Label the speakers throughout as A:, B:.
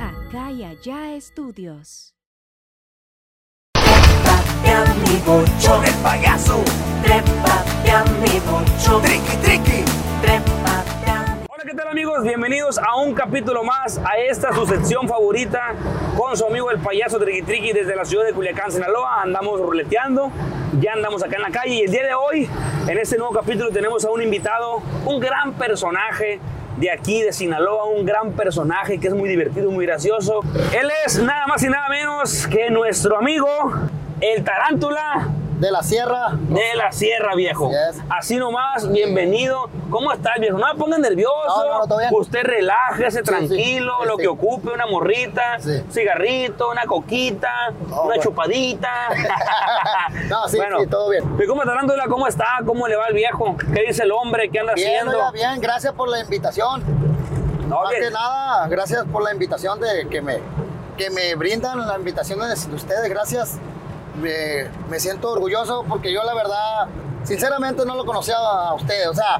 A: Acá y allá estudios.
B: Trépate a mi bocho,
C: el payaso.
B: trépate a mi bocho,
C: Triqui, triqui.
B: trépate a mi
C: Hola, ¿qué tal amigos? Bienvenidos a un capítulo más a esta su sección favorita con su amigo el payaso Triqui Triqui desde la ciudad de Culiacán, Sinaloa. Andamos ruleteando, ya andamos acá en la calle y el día de hoy, en este nuevo capítulo, tenemos a un invitado, un gran personaje de aquí, de Sinaloa, un gran personaje que es muy divertido, muy gracioso. Él es nada más y nada menos que nuestro amigo, el Tarántula
D: de la sierra.
C: de la Sierra, viejo.
D: Así es.
C: Así nomás, bienvenido. ¿Cómo estás, viejo? No me pongan nervioso.
D: No, no, todo bien.
C: Usted relájese, tranquilo,
D: sí,
C: lo
D: sí.
C: que ocupe, una morrita,
D: Sí.
C: cigarrito, una coquita, una
D: bueno.
C: chupadita.
D: No, sí, sí, todo bien.
C: ¿Y cómo está Tarántula? ¿Cómo está? ¿Cómo le va el viejo? ¿Qué dice el hombre? ¿Qué anda
D: Bien,
C: haciendo?
D: oiga, bien, gracias por la invitación.
C: No,
D: Más
C: que-
D: que nada, gracias por la invitación de que me, que me brindan la invitación de de ustedes, gracias. Me, me siento orgulloso porque yo la verdad, sinceramente no lo conocía a ustedes, o sea,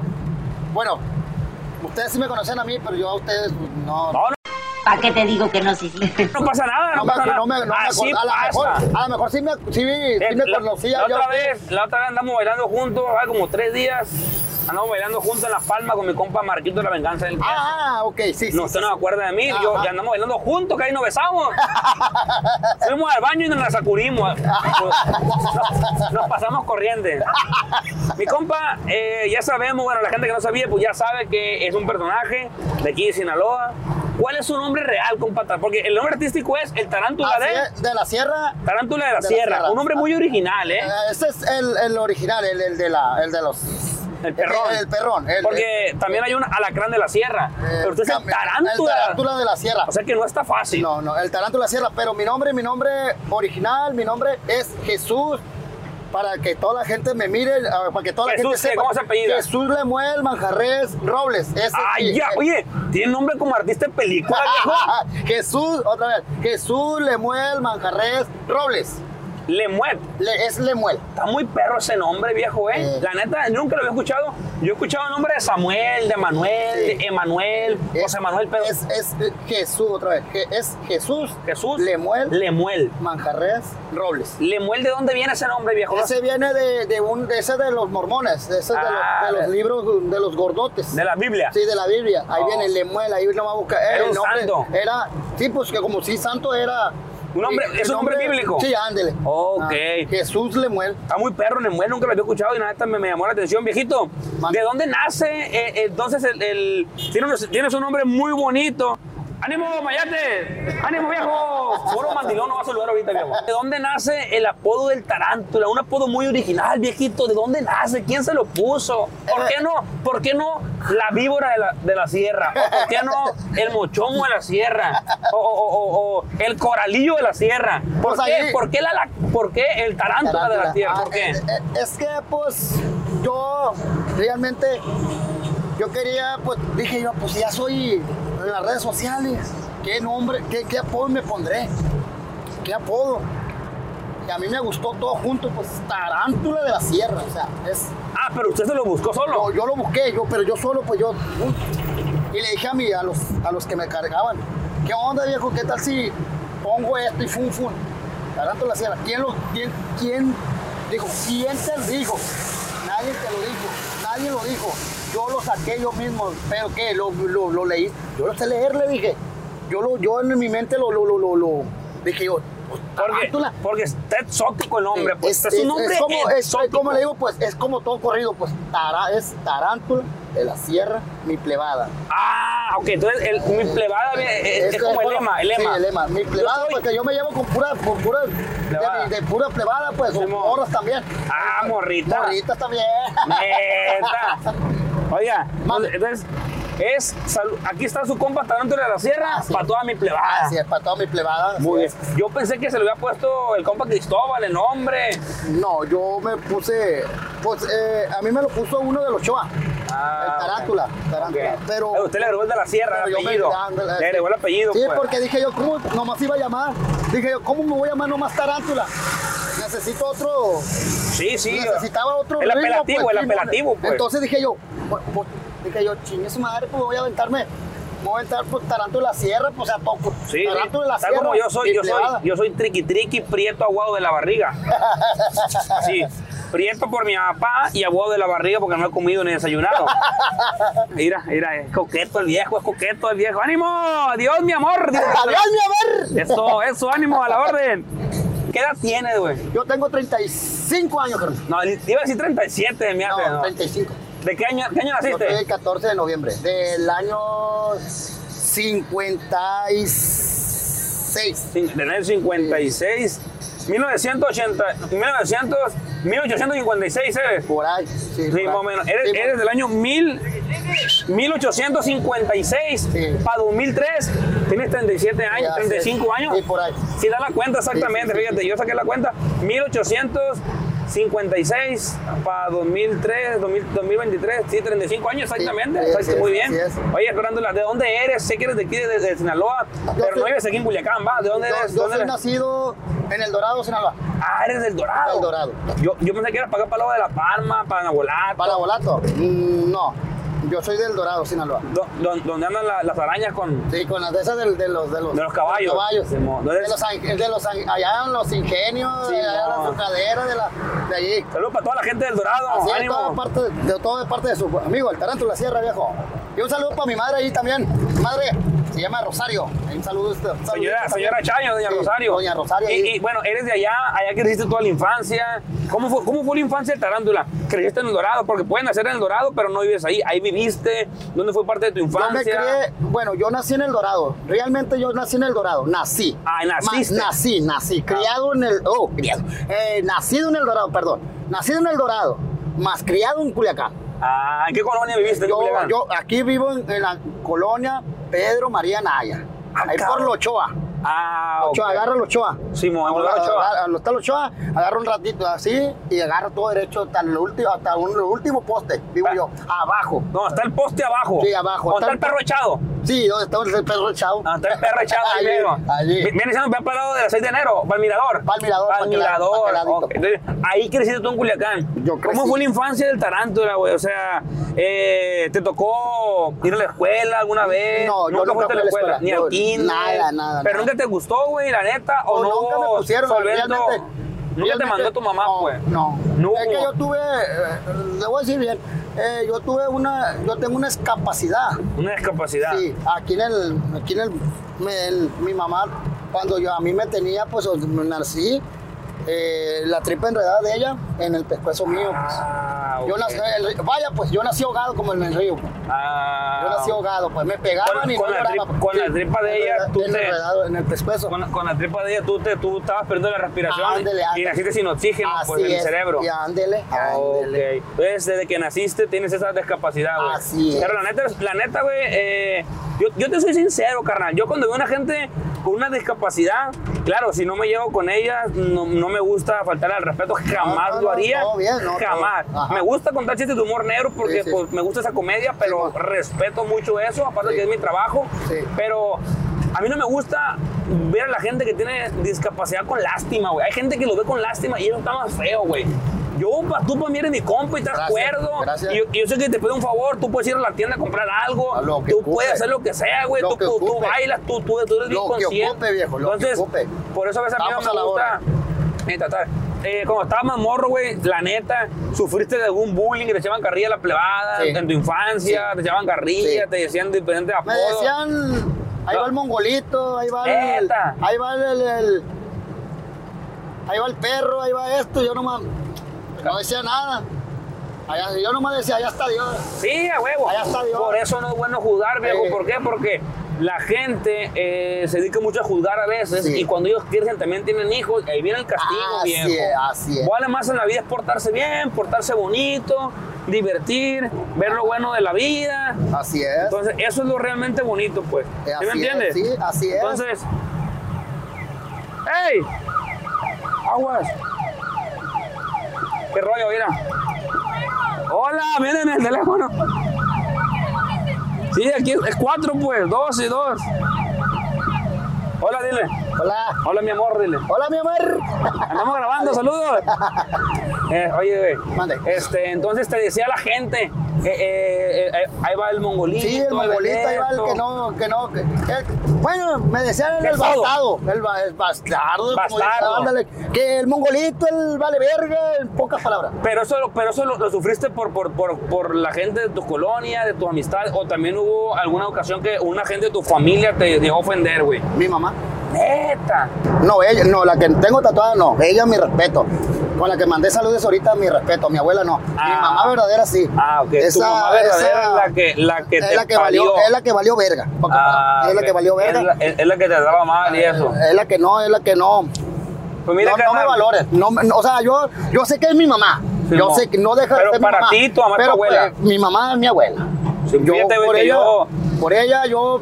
D: bueno, ustedes sí me conocían a mí, pero yo a ustedes pues, no.
C: No, no,
E: ¿Para qué te digo que no sí, sí?
C: no pasa nada, no,
D: no me-
C: pasa nada.
D: no me- no me
C: Así
D: acor- a, la mejor,
C: pasa.
D: a lo mejor sí me, sí, sí me
C: Eh, la,
D: conocía
C: la
D: yo a
C: otra
D: ustedes.
C: vez, la otra vez andamos bailando juntos, hace como tres días. Andamos bailando juntos en Las Palmas con mi compa Marquito de la Venganza del Payaso.
D: Ah, ah, ok, sí, sí.
C: No, usted no se acuerda de mí, yo,
D: Ajá.
C: ya andamos bailando juntos, que ahí nos besamos. Fuimos al baño y nos la sacudimos. Nos, nos pasamos corriente. Mi compa, eh, ya sabemos, bueno, la gente que no sabía, pues ya sabe que es un personaje de aquí de Sinaloa. ¿Cuál es su nombre real, compa? Porque el nombre artístico es el Tarántula
D: Así
C: de...
D: es, de la sierra
C: Tarántula de la
D: de la
C: Sierra.
D: Sierra.
C: Un nombre muy original, ¿eh?
D: Eh, Ese es el, el original, el, el de la, el de los.
C: El perrón.
D: El, el perrón. el-
C: Porque también hay un alacrán de la Sierra.
D: el-
C: Pero usted es el
D: cam-
C: Tarántula.
D: El tarántula de la sierra.
C: O sea que no está fácil.
D: no, no, el tarántula de la sierra. Pero mi nombre, mi nombre original, mi nombre es Jesús. Para que toda la gente me mire, ah, para que toda la
C: Jesús,
D: gente
C: ¿qué?
D: sepa.
C: ¿Cómo se apellida?
D: Jesús Lemuel Manjarres Robles. Ese es
C: Ah,
D: mi-
C: ya,
D: eh,
C: oye, tiene nombre como artista de película, viejo.
D: Jesús, otra vez. Jesús Lemuel Manjarres Robles.
C: Lemuet.
D: Le- es Lemuel.
C: Está muy perro ese nombre, viejo, ¿eh?
D: Sí.
C: La neta, nunca lo había escuchado. Yo he escuchado el nombre de Samuel, de Manuel,
D: Sí.
C: de Emanuel,
D: Es-
C: José Manuel, pero
D: Es, es, eh, Jesús, otra vez. Je- es Jesús.
C: Jesús.
D: Lemuel.
C: Lemuel.
D: Manjarres Robles.
C: Lemuel, ¿de dónde viene ese nombre, viejo?
D: Ese viene de, de un, de ese de los mormones, de ese de,
C: Ah,
D: los, de los
C: de-
D: libros de los gordotes.
C: De la Biblia.
D: Sí, de la Biblia. Ahí
C: Oh.
D: viene Lemuel, ahí no va a buscar. Eh,
C: Era
D: el
C: un
D: nombre
C: santo.
D: Era, sí, pues que como sí, santo era. eh,
C: Un hombre-
D: el
C: es un hombre
D: nombre-
C: bíblico.
D: Sí, ándele. Ah,
C: Ok.
D: Jesús Lemuel.
C: Está muy perro Lemuel, nunca lo había escuchado y la neta me, me llamó la atención, viejito.
D: Man.
C: ¿De dónde nace? eh, entonces, el, el- tiene, un, tienes un nombre muy bonito. ¡Ánimo, Mayate! ¡Ánimo, viejo! Puro mandilón no va a saludar ahorita, viejo. ¿De dónde nace el apodo del tarántula? Un apodo muy original, viejito. ¿De dónde nace? ¿Quién se lo puso? ¿Por qué no, por qué no la víbora de la, de la sierra? ¿O ¿Por qué no el mochomo de la sierra? ¿O, o- o- o- o el coralillo de la sierra? ¿Por,
D: Pues
C: qué,
D: ahí-
C: ¿Por, qué la, la- ¿Por qué el tarántula de la tierra?
D: Ah,
C: ¿Por qué?
D: eh, eh, Es que pues yo realmente yo quería, pues dije yo, pues ya soy en las redes sociales, ¿qué nombre, qué, qué apodo me pondré? ¿Qué apodo? Y a mí me gustó todo junto, pues tarántula de la sierra, o sea, es,
C: Ah, pero usted se lo buscó solo.
D: yo, yo lo busqué, yo, pero yo solo, pues yo, uh, y le dije a mí, a los, a los que me cargaban, ¿qué onda viejo? ¿Qué tal si pongo esto y fun fun? Tarántula la sierra, ¿quién lo, quién, quién, dijo, quién te lo dijo? Nadie te lo dijo, nadie lo dijo, yo lo saqué yo mismo, pero ¿qué? Lo, lo, lo leí, yo lo sé leer, le dije, yo lo, yo en mi mente lo, lo, lo, lo, lo- dije yo,
C: Porque,
D: tarántula.
C: porque está exótico el nombre. Pues, es, un
D: Es- Este, es-
C: nombre
D: es como, es- es
C: exótico.
D: como le digo, pues es como todo corrido, pues tara- es tarántula de la sierra, mi plebada. Este,
C: Ah, ok. Entonces, el, mi plebada viene- es, es como el
D: bueno,
C: lema. El lema.
D: Sí, el lema, mi plebada,
C: soy-
D: porque yo me llevo con pura, con pura, de,
C: Plebada.
D: mi- de pura plebada, pues, con
C: Simón.
D: morras también. Este,
C: Ah, morrita.
D: Morritas también.
C: Neta. Oiga,
D: Mande.
C: entonces, es, salu- aquí está su compa Tarántula de la Sierra
D: Ah, sí.
C: para toda mi plebada.
D: Así es, para toda mi plebada.
C: Muy bien.
D: así
C: Yo pensé que se le había puesto el compa Cristóbal, el nombre.
D: es. No, yo me puse, pues, eh, a mí me lo puso uno de los Choa.
C: Ah,
D: el tarántula, tarántula.
C: ok.
D: Pero,
C: Eh, usted le agregó el de la Sierra,
D: Pero
C: el
D: yo me-
C: apellido.
D: ándale,
C: le
D: sí.
C: agregó el apellido.
D: Sí,
C: pues.
D: porque dije yo, ¿cómo nomás iba a llamar? Dije yo, ¿cómo me voy a llamar nomás tarántula? Necesito otro,
C: Sí, sí.
D: necesitaba otro
C: El
D: ritmo,
C: apelativo,
D: pues,
C: el
D: ritmo.
C: apelativo, pues.
D: Entonces dije yo, pues, pues, Dije yo, chingue su madre, pues voy a aventarme. Me voy a aventar por Tarántula de la Sierra, pues a poco.
C: Sí, sí.
D: Tarántula de la
C: Tal
D: Sierra.
C: como yo soy, yo soy,
D: empleada.
C: yo soy triqui triqui, prieto aguado de la barriga. Sí, prieto por mi papá y aguado de la barriga porque no he comido ni desayunado. Mira, mira, es coqueto el viejo, es coqueto el viejo. ¡Ánimo! ¡Adiós, mi amor! Dice.
D: Adiós, mi amor.
C: Eso, eso, ánimo, a la orden. ¿Qué edad tienes, güey?
D: Yo tengo 35 años, carnal.
C: No, iba a decir 37, mi hace,
D: No,
C: no.
D: 35.
C: ¿De qué año, qué año
D: Yo soy el
C: naciste?
D: 14 de noviembre del año 56.
C: Cin- Del año 56. 1980, 1900, 1856, ¿eh?
D: Por ahí. Sí,
C: Sí,
D: por
C: más o
D: ahí.
C: menos. Eres,
D: Sí,
C: eres del año 1000, 1856
D: Sí.
C: para 2003. Tienes 37 años,
D: Ya sé.
C: 35 años.
D: Sí, por ahí.
C: Si da la cuenta exactamente,
D: Sí, sí, sí,
C: fíjate, yo saqué la cuenta. 1856 para 2003, 2000, 2023, sí, 35 años exactamente.
D: así es,
C: Exacto, muy
D: así
C: bien.
D: es.
C: Oye, Corándula, ¿de dónde eres? Sé que eres de aquí, de, de Sinaloa, pero
D: soy-
C: no vives aquí en Culiacán, ¿va? ¿De dónde
D: Yo,
C: eres?
D: yo
C: ¿Dónde
D: soy
C: eres?
D: nacido en El Dorado, Sinaloa.
C: Ah, eres del Dorado.
D: Del Dorado.
C: Yo, yo pensé que eras para acá, para el lado de La Palma, para volar.
D: ¿Para Volato? Mm, No. Yo soy del Dorado, Sinaloa.
C: Do- don- donde andan la- las arañas con.
D: Sí, con las de esas del- de, los, de, los,
C: De los caballos. Simón. ¿No
D: De
C: eres-
D: los, ang- de los ang- allá en los ingenios,
C: Sí,
D: de allá
C: no.
D: en las tocaderas, de, la, de allí.
C: Saludos para toda la gente del Dorado.
D: Así es,
C: ánimo.
D: toda parte, de todo de parte de su amigo, el Tarántula Sierra Viejo. Y un saludo para mi madre ahí también. Mi madre se llama Rosario. Ahí Un saludo. este- un
C: Señora,
D: saludito
C: señora
D: también.
C: Chayo, doña
D: Sí,
C: Rosario.
D: Doña Rosario. ahí.
C: Y, y, bueno, eres de allá, allá creciste toda la infancia. ¿Cómo fue, cómo fue la infancia de Tarántula? ¿Creciste en el Dorado? Porque pueden nacer en el Dorado, pero no vives ahí. Ahí viviste. ¿Dónde fue parte de tu
D: Yo me
C: infancia?
D: crié, bueno, yo nací en El Dorado. Realmente yo nací en El Dorado. Nací.
C: Ah, naciste. Ah.
D: Ma- nací, nací. Criado en el. Oh, criado. Eh, nacido en El Dorado, perdón. Nacido en El Dorado. Más criado en Culiacán.
C: Ah, ¿En qué colonia viviste? en
D: Yo,
C: Culiacán?
D: yo aquí vivo en, en la colonia Pedro María Naya.
C: Ah,
D: ahí por
C: cabrón.
D: Lochoa.
C: Ah,
D: Ochoa,
C: ok.
D: agarra el Ochoa.
C: Sí, mo, en lugar de Ochoa.
D: Agarra- Lo está el Ochoa, agarra un ratito así y agarra todo derecho hasta el último, hasta un, el último poste, digo
C: Ah.
D: yo, abajo.
C: No, está el poste abajo.
D: Sí, abajo.
C: ¿Dónde está
D: Está
C: el
D: el-
C: perro echado?
D: Sí, donde está el perro echado.
C: Ah, está el perro echado ahí
D: Allí,
C: mismo.
D: allí.
C: Vi- Viene siendo para el lado de las 6 de enero, para el mirador.
D: Para el mirador,
C: Para el
D: para que la-
C: mirador.
D: para que la
C: ok. Entonces, ahí creciste tú en Culiacán.
D: Yo
C: ¿Cómo
D: crecí.
C: fue la infancia del Tarántula, güey? O sea, eh, ¿te tocó ir a la escuela alguna vez?
D: No, yo nunca
C: fuiste
D: fui a la escuela.
C: Ni al
D: No,
C: kinder.
D: nada, nada,
C: Pero
D: nada.
C: nunca te gustó, güey, la neta. O
D: No,
C: no,
D: nunca me pusieron,
C: solvento?
D: realmente.
C: Nunca te
D: realmente,
C: mandó tu mamá, pues?
D: no,
C: güey.
D: No,
C: No.
D: Es que yo tuve, eh, le voy a decir bien, eh, yo tuve una, yo tengo una discapacidad.
C: Una discapacidad.
D: Sí, aquí en el, aquí en el, me- el- mi mamá, cuando yo a mí me tenía, pues me nací, eh, la tripa enredada de ella en el pescuezo mío. pues.
C: Ah,
D: Yo
C: ok.
D: nací, el río- vaya, pues yo nací ahogado como en el río. pues.
C: Ah,
D: Yo nací ahogado, pues me pegaban
C: Con-
D: y
C: con
D: no
C: la
D: lloraba,
C: tri-
D: pues.
C: con la tripa de ella,
D: enredado-
C: tú te-
D: enredado en el pescuezo.
C: Con, con la tripa de ella tú, te, tú estabas perdiendo la respiración
D: Ah, Ándele,
C: y
D: ándele.
C: naciste sin oxígeno pues,
D: Así
C: en el
D: es,
C: cerebro. Ah,
D: Y ándele,
C: Ok.
D: ándele.
C: Entonces, desde que naciste tienes esa discapacidad, güey.
D: Así es.
C: Pero la neta, la neta, güey, eh, yo, yo te soy sincero, carnal. Yo cuando veo una gente con una discapacidad, claro, si no me llevo con ella, no, no me gusta faltar al respeto, jamás
D: no,
C: lo
D: no,
C: haría.
D: todo bien, no, todo-
C: jamás.
D: ajá.
C: Me gusta contar chistes de humor negro porque
D: Sí, sí.
C: pues, me gusta esa comedia, pero
D: Sí, mo.
C: respeto mucho eso, aparte
D: Sí.
C: que es mi trabajo.
D: Sí.
C: Pero a mí no me gusta ver a la gente que tiene discapacidad con lástima, güey. Hay gente que lo ve con lástima y eso está más feo, güey. Yo, pa, tú para mí eres mi compa y te
D: Gracias,
C: acuerdo.
D: gracias.
C: Y yo, y yo sé que te pido un favor, tú puedes ir a la tienda a comprar algo,
D: A lo que
C: tú
D: ocupe.
C: puedes hacer lo que sea, güey.
D: Lo
C: Tú,
D: que
C: tú- tú
D: ocupe.
C: bailas, tú, tú, tú eres bien
D: Lo que
C: consciente.
D: ocupe, viejo, lo que
C: Entonces,
D: ocupe.
C: por eso a veces a mí no
D: Vamos
C: me
D: a la
C: gusta.
D: hora.
C: Eh, tratar. Eh, cuando estabas más morro, güey, la neta, sufriste de algún bullying, que te echaban carrilla a la plebada
D: Sí.
C: en tu infancia,
D: Sí.
C: te echaban carrilla,
D: Sí.
C: te decían diferentes
D: Me
C: apodos.
D: decían, ahí
C: No.
D: va el mongolito, ahí va el,
C: Neta.
D: ahí va el, el- el- ahí va el perro, ahí va esto, yo nomás, no decía nada. Allá- yo nomás decía, allá está Dios.
C: Sí, a huevo.
D: Allá está Dios.
C: Por eso no es bueno juzgar, viejo.
D: Sí.
C: ¿Por qué? Porque la gente eh, se dedica mucho a juzgar a veces
D: Sí.
C: y cuando ellos crecen también tienen hijos, ahí viene el castigo,
D: Así
C: viejo.
D: es, así es.
C: Vale más en la vida es portarse bien, portarse bonito, divertir, ver lo bueno de la vida.
D: Así es.
C: Entonces, eso es lo realmente bonito, pues. ¿Sí
D: así
C: me
D: es,
C: entiendes?
D: sí, así es.
C: Entonces. ¡Ey! ¡Aguas! ¿Qué rollo, mira? ¡Hola! ¡Miren el teléfono! Sí, aquí es cuatro, pues. Dos y dos. Hola, dile.
D: Hola.
C: Hola, mi amor, dile.
D: Hola, mi amor.
C: Andamos grabando, saludos. Eh, oye, güey.
D: Mande.
C: Este, entonces te decía la gente, eh, eh, eh, eh, ahí va el mongolito.
D: Sí, el mongolita igual
C: Beto.
D: que no, que no. que- eh, bueno, me decían el
C: Pesado.
D: bastardo. El, ba- el bastardo. como
C: Bastardo.
D: dicen, ándale, que el mongolito, el vale verga, en pocas palabras.
C: Pero eso, lo- pero eso lo, lo sufriste por, por, por, por la gente de tu colonia, de tu amistad, o también hubo alguna ocasión que una gente de tu familia te llegó a ofender, güey.
D: Mi mamá.
C: Neta.
D: No, ella, no, la que tengo tatuada no. Ella, mi respeto. Con la que mandé saludos ahorita, mi respeto. Mi abuela no. Mi
C: Ah.
D: mamá verdadera sí.
C: Ah, ok. Tu mamá verdadera es la que- la que
D: es
C: te
D: la que valió,
C: parió.
D: Es la que valió verga. en pocas
C: Ah,
D: palabras. es la
C: ok.
D: que valió verga. Eh,
C: Es la, es- es la que te daba mal y eso.
D: Es la que no, es la que no.
C: Pues mira,
D: no, no me
C: carnal,
D: valores. No, me- no, o sea, yo, yo sé que es mi mamá.
C: Sí,
D: yo
C: no.
D: sé que no deja
C: Pero
D: de ser
C: para
D: mi mamá.
C: ti, tu mamá es tu
D: Pero,
C: abuela.
D: pues, mi mamá es mi abuela.
C: Sí, fíjate, güey,
D: por,
C: que
D: ella,
C: yo-
D: por ella, yo,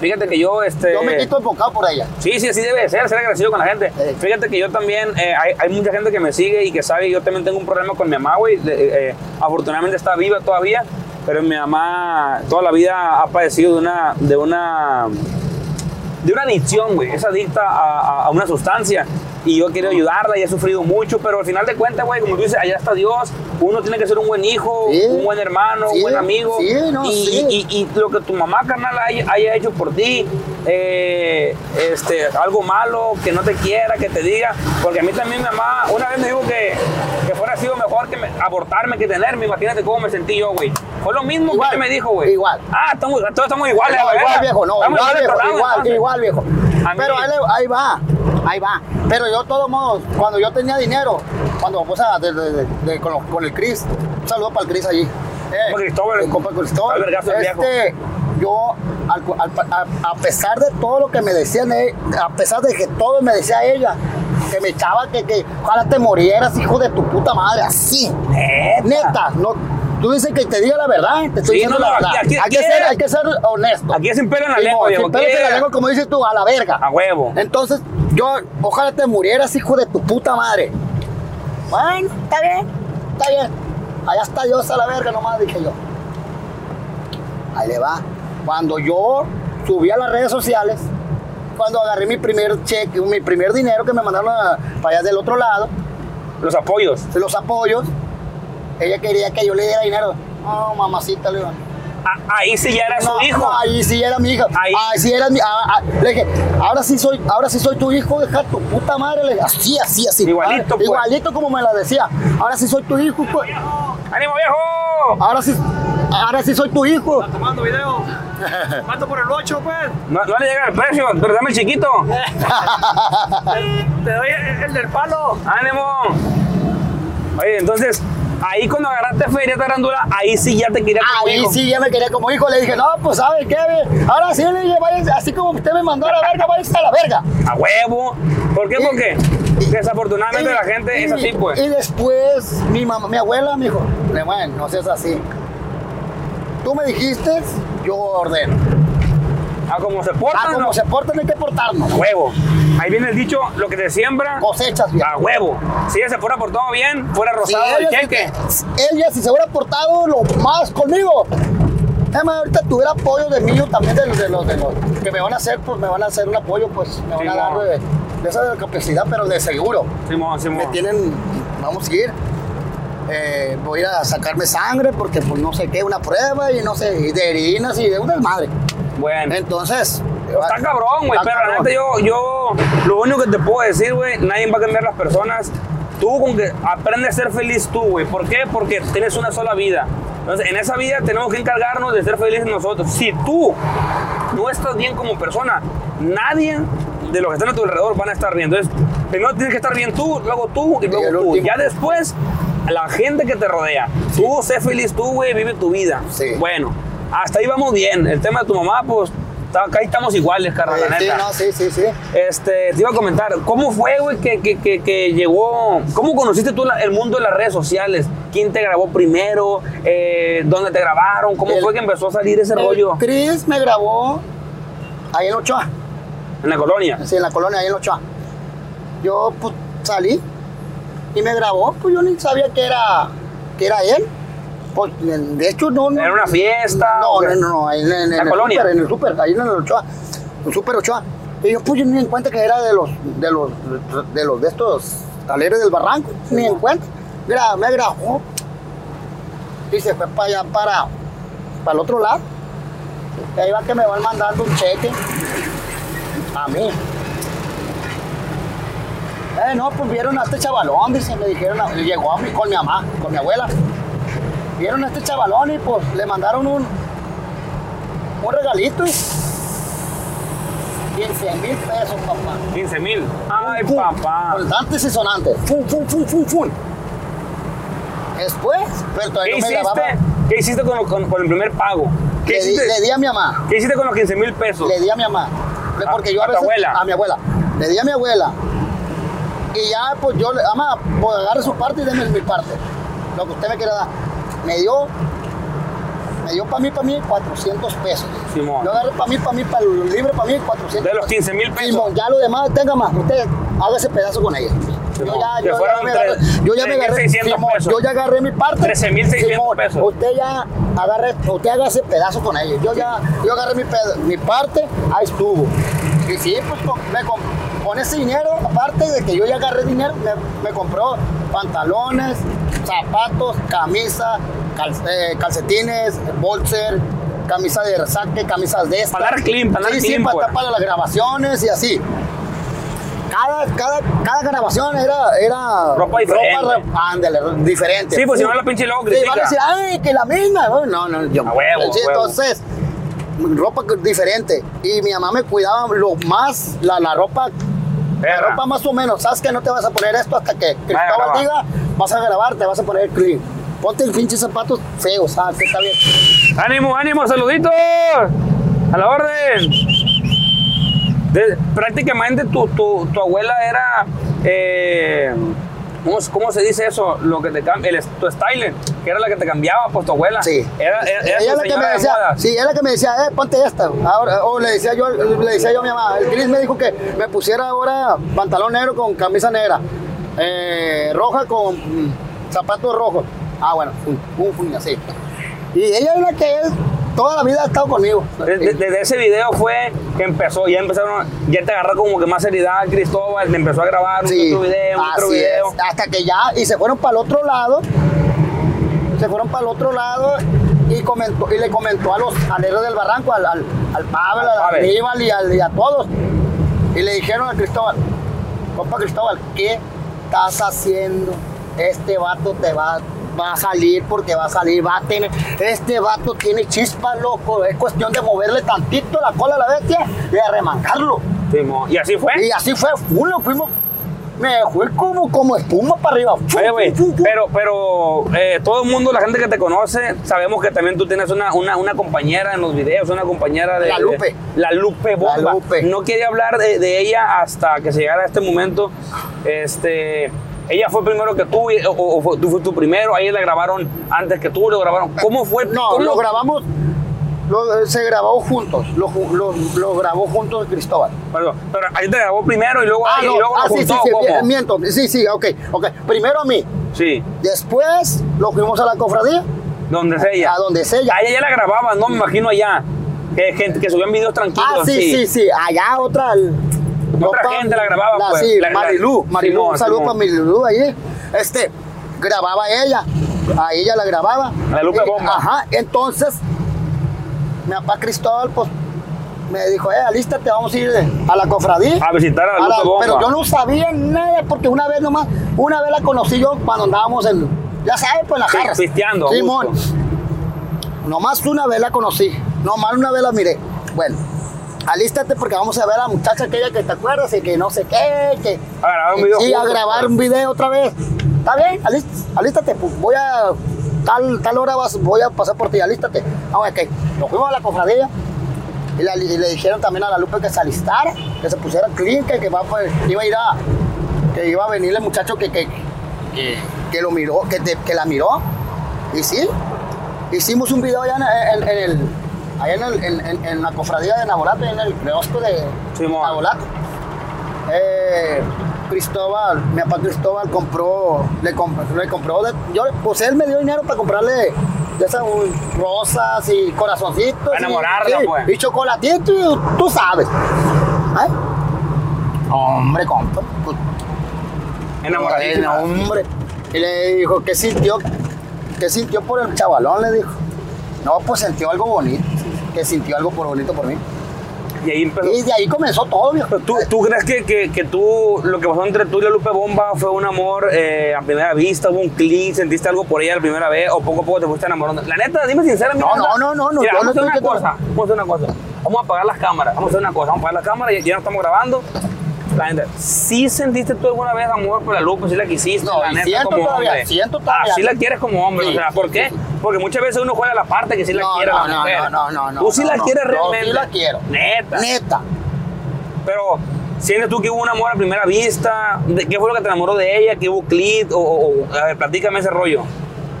C: Fíjate que yo, este...
D: yo me quito enfocado por ella.
C: Sí, sí, así debe de ser, ser agradecido con la gente.
D: Sí.
C: Fíjate que yo también, eh, hay, hay mucha gente que me sigue y que sabe, yo también tengo un problema con mi mamá, güey. Le- eh, eh, afortunadamente está viva todavía, pero mi mamá toda la vida ha padecido de una, de una, de una adicción, güey. Es adicta a, a- a una sustancia. Y yo quiero ayudarla y he sufrido mucho, pero al final de cuentas, güey, como tú dices, allá está Dios. Uno tiene que ser un buen hijo,
D: Sí.
C: un buen hermano, un
D: Sí,
C: buen amigo.
D: sí, no,
C: y,
D: sí.
C: y- y lo que tu mamá, carnal, haya, haya hecho por ti, eh, este, algo malo, que no te quiera, que te diga, porque a mí también mi mamá, una vez me dijo que, que fuera sido mejor que me- abortarme que tenerme, imagínate cómo me sentí yo, güey. Fue lo mismo
D: Igual,
C: que ella me dijo, güey.
D: igual.
C: Ah, estamos, todos estamos iguales,
D: No,
C: la
D: igual
C: verga.
D: viejo, no,
C: Estamos
D: igual
C: iguales
D: viejo,
C: tratados,
D: igual,
C: entonces.
D: igual viejo.
C: A
D: Pero
C: mí-
D: ahí, le- ahí va, ahí va. Pero yo de todos modos, cuando yo tenía dinero, cuando, o sea, de- de- de- de- con, los- con el Cris, un saludo para el Cris allí. Eh,
C: Compa Cristóbal.
D: el compa Cristóbal.
C: Al vergazo el viejo.
D: Este, yo, al- al- a, a pesar de todo lo que me decían, eh, a pesar de que todo me decía ella, que me echaba que, que ojalá te morieras, hijo de tu puta madre, así.
C: Neta.
D: Neta, no, tú dices que te diga la verdad, te estoy
C: Sí,
D: diciendo
C: no, no,
D: la
C: aquí-
D: verdad.
C: aquí-
D: hay, que
C: aquí
D: ser,
C: es-
D: hay que ser honesto.
C: Aquí es sin pelo en la
D: Sí,
C: lengua,
D: mo,
C: viejo.
D: sin pelos en la
C: ¿Qué?
D: lengua, como dices tú, a la verga.
C: A huevo.
D: Entonces, yo, ojalá te murieras, hijo de tu puta madre. Bueno, está bien, está bien. Allá está Dios a la verga nomás, dije yo. Ahí le va. Cuando yo subí a las redes sociales, cuando agarré mi primer cheque, mi primer dinero que me mandaron a- para allá del otro lado,
C: Los apoyos.
D: de los apoyos, ella quería que yo le diera dinero. Oh, mamacita, le digo.
C: A- ahí sí ya era
D: No,
C: su hijo.
D: no, ahí sí era mi hija.
C: Ahí.
D: Ahí, sí era mi. ah, ah, le dije, ahora sí soy, ahora sí soy tu hijo, deja tu puta madre. Le dije, así, así, así.
C: Igualito,
D: Ah,
C: pues.
D: Igualito como me la decía. Ahora sí soy tu hijo, pues.
C: ¡Ánimo, viejo!
D: Ahora sí, ahora sí soy tu hijo.
F: Tomando video. Mato por el 8, pues.
C: No, no le llega el precio, pero dame el chiquito.
F: Te doy el, el del palo.
C: ¡Ánimo! Oye, entonces, ahí cuando agarraste Feria Tarándula, ahí sí ya te quería como
D: Ahí
C: hijo.
D: sí ya me quería como hijo. Le dije, no, pues, ¿sabe qué? ve? Ahora sí le dije, váyanse, así como usted me mandó a la verga, váyase a la verga.
C: A huevo. ¿Por qué?
D: Y-
C: Porque
D: y-
C: desafortunadamente
D: Y-
C: la gente
D: y-
C: es así, pues.
D: Y después, mi mamá, mi abuela me dijo, "Le- bueno, no seas así. Tú me dijiste, yo ordeno.
C: A como se portan,
D: Ah, como
C: ¿no?
D: se portan hay que portarnos.
C: A huevo. Ahí viene el dicho, lo que te siembra,
D: Cosechas bien.
C: a huevo. Si ella se fuera por todo bien, fuera
D: Si
C: rosado el
D: ella, si
C: cheque.
D: te- ella, si se hubiera portado lo más conmigo. Además, ahorita tuviera apoyo de mí, yo también de los, de los, de los que me van a hacer, pues me van a hacer un apoyo, pues me van
C: Sí,
D: a dar
C: no.
D: de, de esa capacidad, pero de seguro.
C: Simón,
D: Me
C: Simón.
D: tienen, vamos a seguir. Eh, voy a sacarme sangre porque pues no sé qué, una prueba y no sé, y de herinas y de un desmadre.
C: Bueno.
D: Entonces,
C: Está cabrón, güey,
D: Ah, está
C: pero la
D: cabrón.
C: neta yo, yo, lo único que te puedo decir, güey, nadie va a cambiar las personas. Tú con que aprende a ser feliz tú, güey. ¿Por qué? Porque tienes una sola vida. Entonces, en esa vida tenemos que encargarnos de ser felices nosotros. Si tú no estás bien como persona, nadie de los que están a tu alrededor van a estar bien. Entonces, primero tienes que estar bien tú, luego tú y
D: el
C: luego tú.
D: último.
C: Ya después, la gente que te rodea. Tú sé feliz tú, güey, vive tu vida.
D: Sí.
C: Bueno, hasta ahí vamos bien. El tema de tu mamá, pues, está- acá estamos iguales, carnal
D: Eh,
C: la
D: sí,
C: neta.
D: no, sí, sí, sí.
C: Este, te iba a comentar, ¿cómo fue, güey, que, que- que- que llegó? ¿Cómo conociste tú la- el mundo de las redes sociales? ¿Quién te grabó primero? Eh, ¿Dónde te grabaron? ¿Cómo
D: El-
C: fue que empezó a salir ese rollo
D: Chris me grabó ahí en Ochoa.
C: en la colonia?
D: Sí, en la colonia, ahí en Ochoa. Yo pues, salí y me grabó, pues yo ni sabía que era, que era él. Pues, de hecho, no, no.
C: ¿Era una fiesta?
D: No,
C: ¿O qué?
D: no, no, no, ahí en, en-
C: ¿La
D: en el
C: colonia?
D: súper, en el súper, ahí en el Ochoa, en el Super Ochoa. Y yo, pues yo ni en cuenta que era de los, de los, de los de estos taleres del barranco, ni en cuenta. Mira, me grabó. Y se fue para allá, para, para el otro lado. Y ahí va que me van mandando un cheque. A mí. Eh, no, pues vieron a este chavalón, dice, me dijeron, a- llegó a mí con mi mamá, con mi abuela. Vieron a este chavalón y pues le mandaron un, un regalito. 15 mil pesos, papá.
C: 15 mil. Ay,
D: Fum,
C: papá.
D: Constantes y sonantes. Fum, fum, fum, fum, fum. Después, pero
C: ¿Qué
D: todavía no me
C: hiciste?
D: grababa.
C: ¿Qué hiciste con, lo- con- con el primer pago? ¿Qué
D: Le di,
C: hiciste?
D: le di a mi mamá.
C: ¿Qué hiciste con los 15 mil pesos?
D: Le di a mi mamá. Le-
C: A-
D: Porque yo
C: a
D: a,
C: tu
D: veces,
C: abuela.
D: A mi abuela. Le di a mi abuela. Y ya, pues yo le. Mamá, pues agarre su parte y déme mi parte. Lo que usted me quiera dar. Me dio. Me dio para mí, para mí, 400 pesos.
C: Simón.
D: Yo agarré para mí, para mí, para el libre, para mí, 400
C: De los 15 mil pesos.
D: Simón, ya lo demás, tenga más. Usted haga ese pedazo con ella. Yo
C: Simón,
D: ya,
C: que
D: yo
C: fueron
D: ya me agarré,
C: tres-
D: yo ya me agarré,
C: 3,600
D: Simón,
C: pesos.
D: yo ya agarré mi parte.
C: 13,600
D: Simón,
C: pesos.
D: Usted ya agarre, usted haga ese pedazo con ella. Yo ya, yo agarré mi, ped- mi parte, ahí estuvo. Y sí, pues con, me com- con ese dinero, aparte de que yo ya agarré dinero, me, me compró pantalones, zapatos, camisa, cal- eh, calcetines, bolser, camisa de resaque, camisas de estas.
C: Para dar clean, para dar
D: Sí, sí,
C: clean,
D: para
C: pues.
D: estar para las grabaciones y así cada, cada, cada grabación era, era
C: Ropa diferente.
D: ropa, ándale, diferente.
C: Sí, pues, si no, la pinche luego
D: Sí, van
C: critica.
D: a decir, ay, que la misma. Oh, No, no, yo.
C: A huevo,
D: Sí,
C: a huevo.
D: Entonces, ropa diferente. Y mi mamá me cuidaba lo más, la, la ropa. La
C: Perra.
D: ropa más o menos, sabes que no te vas a poner esto hasta que
C: Ah. Vaya,
D: Cristóbal
C: graba.
D: diga, vas a grabar, te vas a poner clean. Ponte el pinche zapatos feos, ¿sabes? Está bien.
C: ¡Ánimo, ánimo! ¡Saluditos! ¡A la orden! De- prácticamente tu, tu- tu abuela era. eh, ¿cómo, se- cómo se dice eso? Lo que te cam- el, tu styling, que era la que te cambiaba, pues tu abuela.
D: Sí.
C: Era, era- era
D: ella
C: tu
D: la que
C: señora
D: me
C: de
D: decía,
C: moda.
D: sí, ella la que me decía, eh, ponte esta. Ahora, o le decía yo, le decía yo a mi mamá, el Cris me dijo que me pusiera ahora pantalón negro con camisa negra, eh, roja con mm, zapatos rojos. Ah, bueno, fui, fui, fui, así. Y ella es la que es, toda la vida ha estado conmigo.
C: De- de- Desde ese video fue que empezó, ya empezaron, ya te agarró como que más seriedad Cristóbal, te empezó a grabar un
D: Sí,
C: otro video, un otro
D: así
C: video.
D: es. Hasta que ya, y se fueron para el otro lado, se fueron para el otro lado y comentó, y le comentó a los aleros del barranco, al, al, al Pablo,
C: Al
D: al
C: Pavel.
D: Aníbal y, al- y a todos. Y le dijeron a Cristóbal, compa Cristóbal, ¿qué estás haciendo? Este vato te va, va a salir porque va a salir, va a tener, este vato tiene chispa, loco, es cuestión de moverle tantito la cola a la bestia y arremangarlo.
C: Simón, Y así fue.
D: Y así fue, full, lo fuimos. Me dejó ir como, como espuma para arriba. Fu,
C: Oye, güey,
D: fu, fu, fu.
C: pero, pero eh, todo el mundo, la gente que te conoce, sabemos que también tú tienes una, una, una compañera en los videos, una compañera de...
D: La Lupe.
C: de- la Lupe Bomba.
D: La Lupe.
C: No quería hablar de, de ella hasta que se llegara este momento. Este, ella fue primero que tú, y- o, o fue- tú fuiste tu primero, a ella la grabaron antes que tú, lo grabaron. ¿Cómo fue?
D: No,
C: ¿Cómo-
D: lo grabamos. lo- eh, se grabó juntos. Lo, ju- lo- lo grabó juntos Cristóbal.
C: Perdón, pero ahí te grabó primero y luego, y luego
D: ah,
C: lo
D: sí, sí,
C: juntó,
D: sí,
C: ¿cómo?
D: bien, miento. Sí, sí, ok, ok. Primero a mí.
C: Sí,
D: Después lo fuimos a la cofradía,
C: donde es ella.
D: a donde es ella.
C: A ella ya la grababan, no me imagino allá. Que, gente que subían videos tranquilos.
D: Ah, sí,
C: así.
D: sí, sí. Allá otra.
C: Otra gente la grababa, pues.
D: Sí,
C: La- la-
D: Marilú. Marilú,
C: Simón,
D: un saludo
C: Simón.
D: para Marilú ahí. Este, grababa ella. A ella la grababa.
C: La Lupe
D: Y-
C: Bomba.
D: Ajá, entonces, mi papá Cristóbal, pues, me dijo, eh, alístate, vamos a ir a la cofradía.
C: A visitar a la Lupe Bomba.
D: Pero yo no sabía nada, porque una vez nomás, una vez la conocí yo cuando andábamos en, ya sabes, pues en la
C: Sí,
D: jarra.
C: pisteando, a
D: Simón.
C: gusto.
D: Nomás una vez la conocí, nomás una vez la miré. Bueno, alístate porque vamos a ver a la muchacha aquella que te acuerdas y que no sé qué, que...
C: A grabar un video
D: Sí, a
C: juntos,
D: grabar
C: pues.
D: un video otra vez. Está bien, alís- alístate, pues, voy a... Tal, tal hora vas- voy a pasar por ti, alístate. Ah, ok. Nos fuimos a la cofradía y, la- y le dijeron también a la Lupe que se alistara, que se pusiera clean, que, que va, pues, iba a ir a... Que iba a venir el muchacho que, que, que, que lo miró, que, te- que la miró. Y sí, hicimos un video allá en, en- en el allá en, el- en- en- en la cofradía de Nabolato, en el kiosco de
C: Simón.
D: Nabolato. Eh, Cristóbal, mi papá Cristóbal compró, le, comp- le compró, de- yo, pues él me dio dinero para comprarle ya sabes, un- rosas y corazoncitos.
C: Para
D: y-
C: enamorarla,
D: sí,
C: pues.
D: Y chocolatito, y tú sabes. Ay, ¿Eh? Hombre, compa. pues,
C: Enamoradísima.
D: bueno, hombre. Y le dijo, ¿qué sintió? ¿Qué sintió por el chavalón? Le dijo. No, pues sintió algo bonito. Que sintió algo por bonito por mí.
C: Y ahí empezó.
D: Y de ahí comenzó todo, viejo.
C: Pero ¿Tú, tú crees que, que- que tú, lo que pasó entre tú y la Lupe Bomba fue un amor eh, a primera vista, hubo un clic, sentiste algo por ella la primera vez o poco a poco te fuiste enamorando? La neta, dime sinceramente.
D: No, no, no, no, no,
C: Mira,
D: yo no
C: vamos a hacer una
D: estoy que-
C: cosa, vamos a hacer una cosa. Vamos a apagar las cámaras, vamos a hacer una cosa, vamos a apagar las cámaras, ya, ya no estamos grabando. La neta, ¿sí sentiste tú alguna vez amor por la Lupe? ¿Sí la quisiste?
D: No,
C: la
D: y siento todavía, siento todavía.
C: Ah, sí la quieres como hombre,
D: Sí,
C: o sea, ¿por
D: sí,
C: qué?
D: sí, sí.
C: Porque muchas veces uno juega la parte que sí la
D: No,
C: quiere a la
D: no, no,
C: mujer.
D: no, no, no,
C: Tú sí
D: no,
C: la
D: no.
C: quieres
D: Yo sí
C: realmente.
D: la quiero.
C: Neta.
D: Neta.
C: Pero, ¿sientes tú que hubo un amor a primera vista? ¿De ¿Qué fue lo que te enamoró de ella? ¿Que hubo clic? O, o- o- a ver, platícame ese rollo.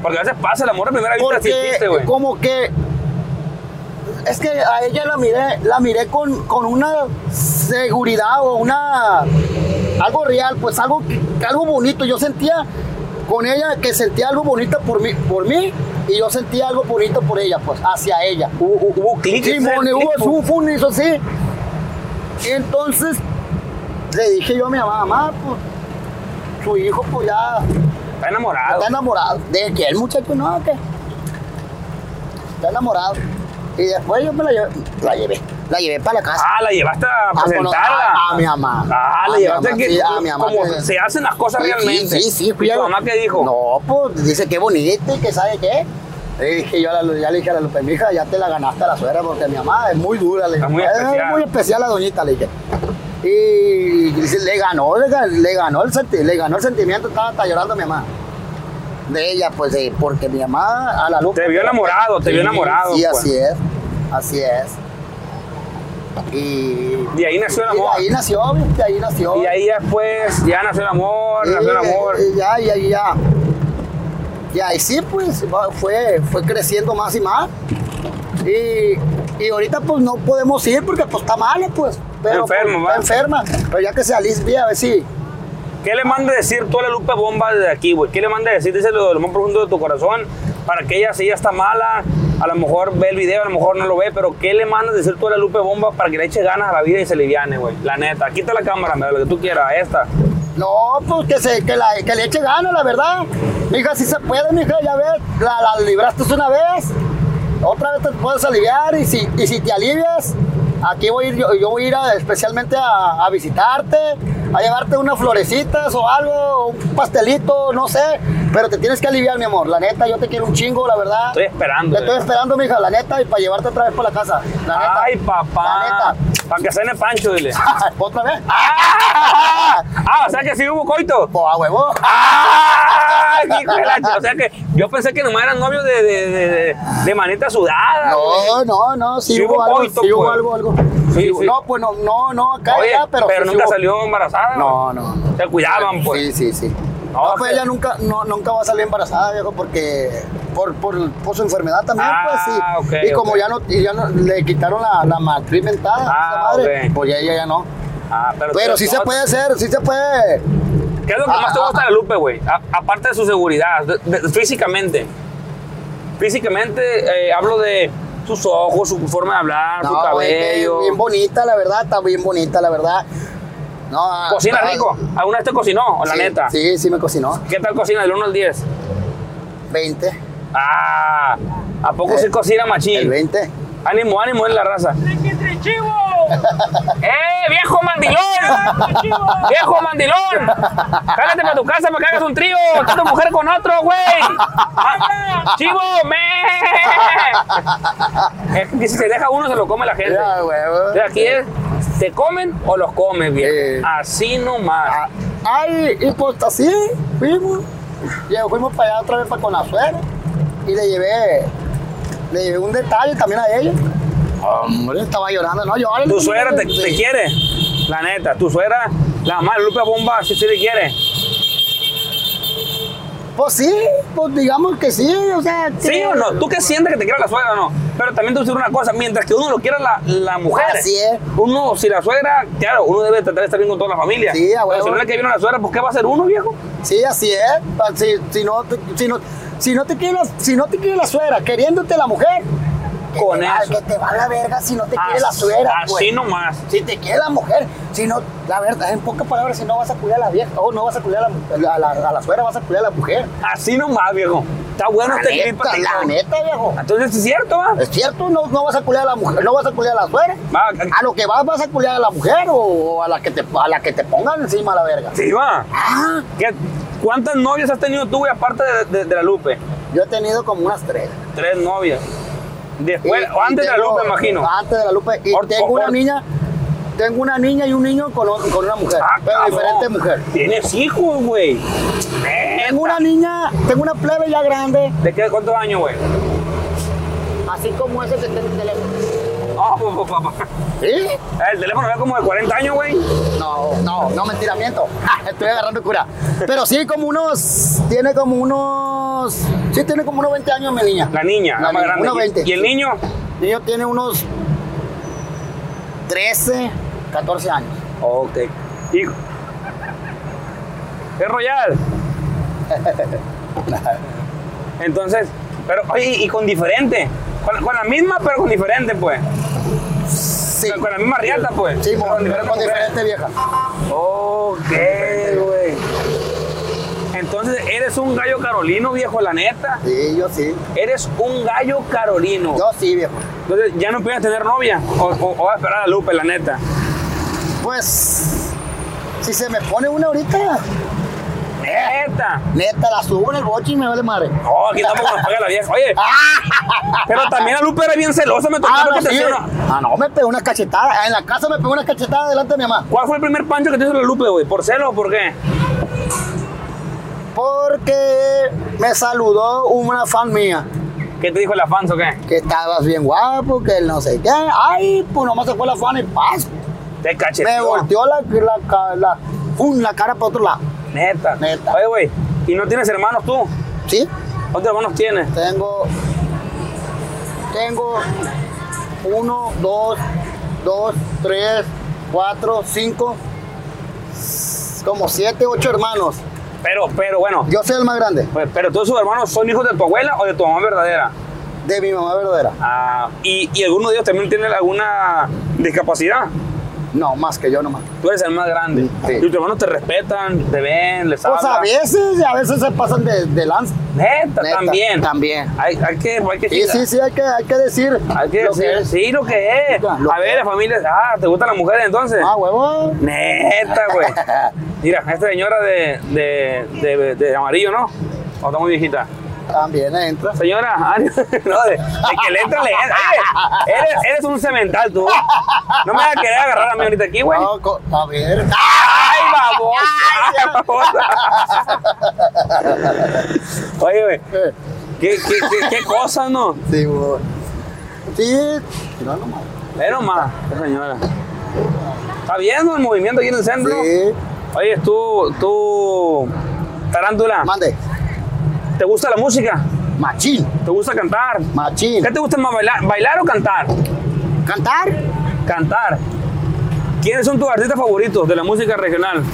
C: Porque a veces pasa el amor a primera vista si
D: Porque
C: existe, güey.
D: como que es que a ella la miré, la miré con, con una seguridad o una algo real, pues algo que- algo bonito. Yo sentía con ella que sentía algo bonito por mí, por mí y yo sentía algo bonito por ella, pues hacia ella.
C: Hubo, hubo- hubo clic.
D: Simone
C: ese
D: hubo
C: clic,
D: su fun hizo así. Entonces le dije yo a mi mamá, mamá, pues su hijo pues ya
C: Está enamorado.
D: Está enamorado. ¿De que El muchacho no, que Está enamorado. Y después yo me la llevé. La llevé. La llevé para la casa.
C: Ah, la llevaste a
D: cono-
C: presentarla.
D: a- a mi mamá.
C: Ah, la
D: A mi
C: llevaste
D: mamá,
C: que.
D: sí, a mi mamá,
C: como
D: sí.
C: se hacen las cosas
D: Sí,
C: realmente.
D: Sí, sí, sí. fui
C: ¿Y
D: a
C: tu
D: la-
C: mamá qué dijo?
D: No, pues dice que bonito y que sabe qué. Le dije yo a la, Lu- ya le dije a la Lupe, mija, ya te la ganaste a la suegra porque mi mamá es muy dura. Le
C: Está
D: dije,
C: muy
D: "Es
C: especial".
D: muy especial la doñita, le dije. Y dice, le ganó, le ganó, le ganó el, senti- le ganó el sentimiento, estaba hasta llorando mi mamá. De ella, pues, eh, porque mi mamá a la Lupe.
C: Te vio enamorado, te vio
D: Sí,
C: enamorado,
D: Sí,
C: pues.
D: así es, así es. Y.
C: De ahí nació el amor.
D: Y de ahí nació, de ahí nació.
C: Y ahí después ya nació el amor,
D: Sí,
C: nació el amor.
D: eh, Ya, ya, ya. Ya, y sí, pues va- fue, fue creciendo más y más. Y, y ahorita pues no podemos ir porque pues está mal, pues. Pero, pues,
C: Enfermo,
D: está
C: va.
D: enferma. Pero ya que se alivie, a ver si.
C: ¿Qué le manda decir tú a la Lupe Bomba desde aquí, güey? ¿Qué le manda decir? Díselo de lo más profundo de tu corazón para que ella, si ella está mala, a lo mejor ve el video, a lo mejor no lo ve, pero ¿qué le mandas decir tú a la Lupe Bomba para que le eche ganas a la vida y se liviane, güey? La neta, quita la cámara, mira, lo que tú quieras, esta.
D: No, pues que, se, que, la, que le eche ganas, la verdad. Mija, si se puede, mija, ya ves, la, la libraste una vez, otra vez te puedes aliviar y si, y si te alivias, aquí voy a ir, yo, yo voy a ir a- especialmente a, a visitarte, a llevarte unas florecitas o algo, un pastelito, no sé, pero te tienes que aliviar, mi amor, la neta, yo te quiero un chingo, la verdad.
C: Estoy esperando.
D: Te estoy
C: güey.
D: esperando, mija, la neta, y para llevarte otra vez para la casa. La neta.
C: Ay,
D: La
C: papá.
D: neta.
C: Para que cene Pancho, dile.
D: ¿Otra vez?
C: Ah, o sea que sí hubo coito.
D: Pues, a huevo.
C: ¡Ah! hijo de la ch- O sea que yo pensé que nomás eran novios de, de, de, de- de manita sudada. güey.
D: No, no, no, sí,
C: Sí
D: hubo,
C: hubo
D: algo,
C: coito,
D: sí hubo
C: pues.
D: algo, algo.
C: Sí,
D: Sí,
C: sí.
D: No, pues no, no, no, acá
C: Oye,
D: ya, pero.
C: pero
D: sí
C: nunca
D: hubo-
C: salió embarazada.
D: No, no. no.
C: Se cuidaban, pues.
D: Sí, sí, sí.
C: No,
D: No, pues
C: que-
D: ella nunca, no, nunca va a salir embarazada, viejo, porque por, por, por su enfermedad también,
C: Ah,
D: pues sí.
C: ok,
D: y como
C: ok.
D: ya no, y ya no le quitaron la, la matriz mentada, esa
C: Ah,
D: madre,
C: ok.
D: pues ya ella ya no.
C: Ah, pero
D: Pero sí se puede hacer, sí se puede.
C: ¿Qué es lo que
D: Ah,
C: más te
D: ah,
C: gusta de la Lupe, güey? A- Aparte de su seguridad, de- de- físicamente. Físicamente, eh, hablo de sus ojos, su forma de hablar, Ah, su
D: No, güey, que
C: cabello.
D: bien bonita, la verdad, está bien bonita, la verdad. No, ah,
C: ¿Cocina
D: ah,
C: rico? ¿Alguna vez te cocinó? La
D: sí,
C: neta.
D: Sí, sí me cocinó.
C: ¿Qué tal cocina del 1 al 10?
D: 20,
C: Ah, ¿a poco
D: Eh,
C: se cocina
D: el
C: machín?
D: 20.
C: Ánimo, ánimo en la raza. ¡Eh, viejo mandilón! ¡Viejo mandilón! ¡Cállate para tu casa para que hagas un trío! ¡Tú tu mujer con otro, güey! ¡Chivo! ¡Me! Es que si se deja uno, se lo come la gente.
D: Ya, huevo.
C: Entonces, aquí es, ¿te comen o los comes,
D: Eh.
C: bien? Así nomás.
D: Ah, Ay, y pues así fuimos. Y fuimos para allá otra vez para con la suegra. Y le llevé, le llevé un detalle también a ella. Hombre, estaba llorando, no llores.
C: Tu suegra te, te
D: Sí.
C: quiere, la neta. Tu suegra, la mamá de Lupe Bomba, si sí le quiere.
D: Pues sí, pues digamos que sí, o sea.
C: ¿Sí
D: que-
C: o no? ¿Tú qué sientes que te quiera la suegra o no? Pero también te voy a decir una cosa, mientras que uno lo quiera la, la mujer.
D: Así es.
C: Uno, si la suegra, claro, uno debe tratar de estar bien con toda la familia.
D: Sí, a
C: Pero
D: huevo.
C: si no le cae bien a la suegra, ¿por qué va a ser uno, viejo?
D: Sí, así es. Ah, Pa- Si, si no, te- si, no, si no te quiere la, si no te quiere la suegra queriéndote la mujer,
C: con
D: te va-
C: eso. Ah,
D: que te va la verga si no te quiere la
C: Así-
D: suegra, pues.
C: así
D: güey.
C: nomás.
D: Si te quiere la mujer, si no, la verdad, en pocas palabras, si no vas a cuidar a la vieja, o no vas a cuidar a la, a la- a la suegra, vas a cuidar a la mujer.
C: Así nomás, viejo. Está bueno
D: La
C: este clip
D: neta,
C: para ti.
D: la neta, viejo.
C: Entonces, ¿es cierto, va?
D: Es cierto, no, no vas a culiar a la mujer, no vas a culiar a la suegra.
C: Va,
D: A lo que vas vas a culiar a la mujer o, o a la que te a la que te pongan encima la verga.
C: Sí, va.
D: Ah,
C: ¿Qué- ¿Cuántas novias has tenido tú, güey, aparte de, de- de la Lupe?
D: yo he tenido como unas tres.
C: Tres novias. Después,
D: Y-
C: o antes
D: y
C: de la
D: tengo-
C: Lupe, imagino.
D: Antes de la lupa. Y
C: Or-
D: tengo
C: or-
D: una
C: or-
D: niña, tengo una niña y un niño con, o- con una mujer.
C: Ah,
D: pero
C: cabrón.
D: diferente mujer.
C: Tienes hijos, güey.
D: Tengo
C: Neta.
D: una niña, tengo una plebe ya grande,
C: ¿De qué, cuántos años, güey?
D: así como ese que tiene el teléfono.
C: Ah, pa- pa- pa-
D: ¿Sí?
C: pa. El teléfono era como de 40 años, güey.
D: No, no, no mentira, miento. Ja, estoy agarrando cura. Pero sí, como unos. Tiene como unos. Sí, tiene como unos 20 años mi niña.
C: La niña, la, más
D: niña,
C: grande.
D: Unos 20.
C: ¿Y el niño?
D: El niño tiene unos. 13, 14 años.
C: Ok. ¿Y... Es Royal. Entonces, pero, oye, y con diferente. Con, con la misma, pero con diferente, pues.
D: Sí.
C: Con, con la misma riata, pues.
D: Sí,
C: Pero
D: con,
C: diferente
D: con
C: mujer.
D: diferente vieja.
C: Ok, güey. Entonces, eres un gallo carolino, viejo, la neta.
D: Sí, yo sí.
C: Eres un gallo carolino.
D: Yo sí, viejo.
C: Entonces, ya no puedes tener novia. O, o- o vas a esperar a Lupe, la neta.
D: Pues. Si se me pone una ahorita,
C: Neta.
D: neta, la subo en el boche y me vale madre.
C: Oh, aquí tampoco nos paga la vieja. Oye, pero también la Lupe era bien celosa, me tocó
D: Ah,
C: que
D: no,
C: Ah, te
D: sí.
C: hacía una-
D: ah, no, me pegó una cachetada. En la casa me pegó una cachetada delante de mi mamá.
C: ¿Cuál fue el primer pancho que te hizo la Lupe, güey? ¿Por celo o por qué?
D: Porque me saludó una fan mía
C: ¿Qué te dijo la fans o qué?
D: que estabas bien guapo, que no sé qué. Ay, pues nomás se fue la fan y paz.
C: Te cacheteó.
D: Me volteó la, la, ca- la, un, la cara para otro lado.
C: Neta.
D: Neta.
C: Oye, güey, ¿y no tienes hermanos tú?
D: ¿Sí?
C: ¿Cuántos hermanos tienes?
D: Tengo. Tengo. Uno, dos, dos, tres, cuatro, cinco. s- Como siete, ocho hermanos.
C: Pero, pero, bueno.
D: Yo soy el más grande,
C: Pues, pero todos sus hermanos son hijos de tu abuela o de tu mamá verdadera.
D: de mi mamá verdadera.
C: Ah, y, y alguno de ellos también tiene alguna discapacidad.
D: No, más que yo nomás.
C: Tú eres el más grande.
D: Sí.
C: Y tus hermanos te respetan, te ven, les
D: Pues a
C: hablan.
D: veces, a veces se pasan de, de lanza.
C: Neta,
D: Neta,
C: también.
D: También.
C: Hay, hay que, hay que
D: Sí,
C: decir-
D: sí, sí, hay que, hay que decir.
C: Hay que
D: lo
C: decir,
D: que es.
C: sí, lo que es.
D: Lo
C: a
D: que
C: ver,
D: es.
C: la familia, ah, ¿te gustan las mujeres entonces?
D: Ah, huevo.
C: Neta, güey. Mira, esta señora de, de, de, de amarillo, ¿no? O está muy viejita.
D: También entra.
C: Señora, ah, no, de, de que le entra, le entra. Eh, Eres, eres un cemental, tú. No me vas a querer agarrar a mí ahorita aquí, güey. ¡Ah!
D: No, co- a ver.
C: ¡Ay, babosa! ¡Ay, babosa! Oye, güey,
D: Eh,
C: ¿qué, qué, qué, qué cosa, ¿no?
D: Sí, güey. Sí. No, no, no.
C: Ve nomás, qué señora. ¿Está viendo el movimiento aquí en el centro?
D: Sí.
C: Oye, tú, tú, Tarántula,
D: Mande.
C: ¿te gusta la música?
D: Machín.
C: ¿Te gusta cantar?
D: Machín.
C: ¿Qué te gusta más, bailar, bailar o cantar?
D: ¿Cantar?
C: Cantar. ¿Quiénes son tus artistas favoritos de la música regional?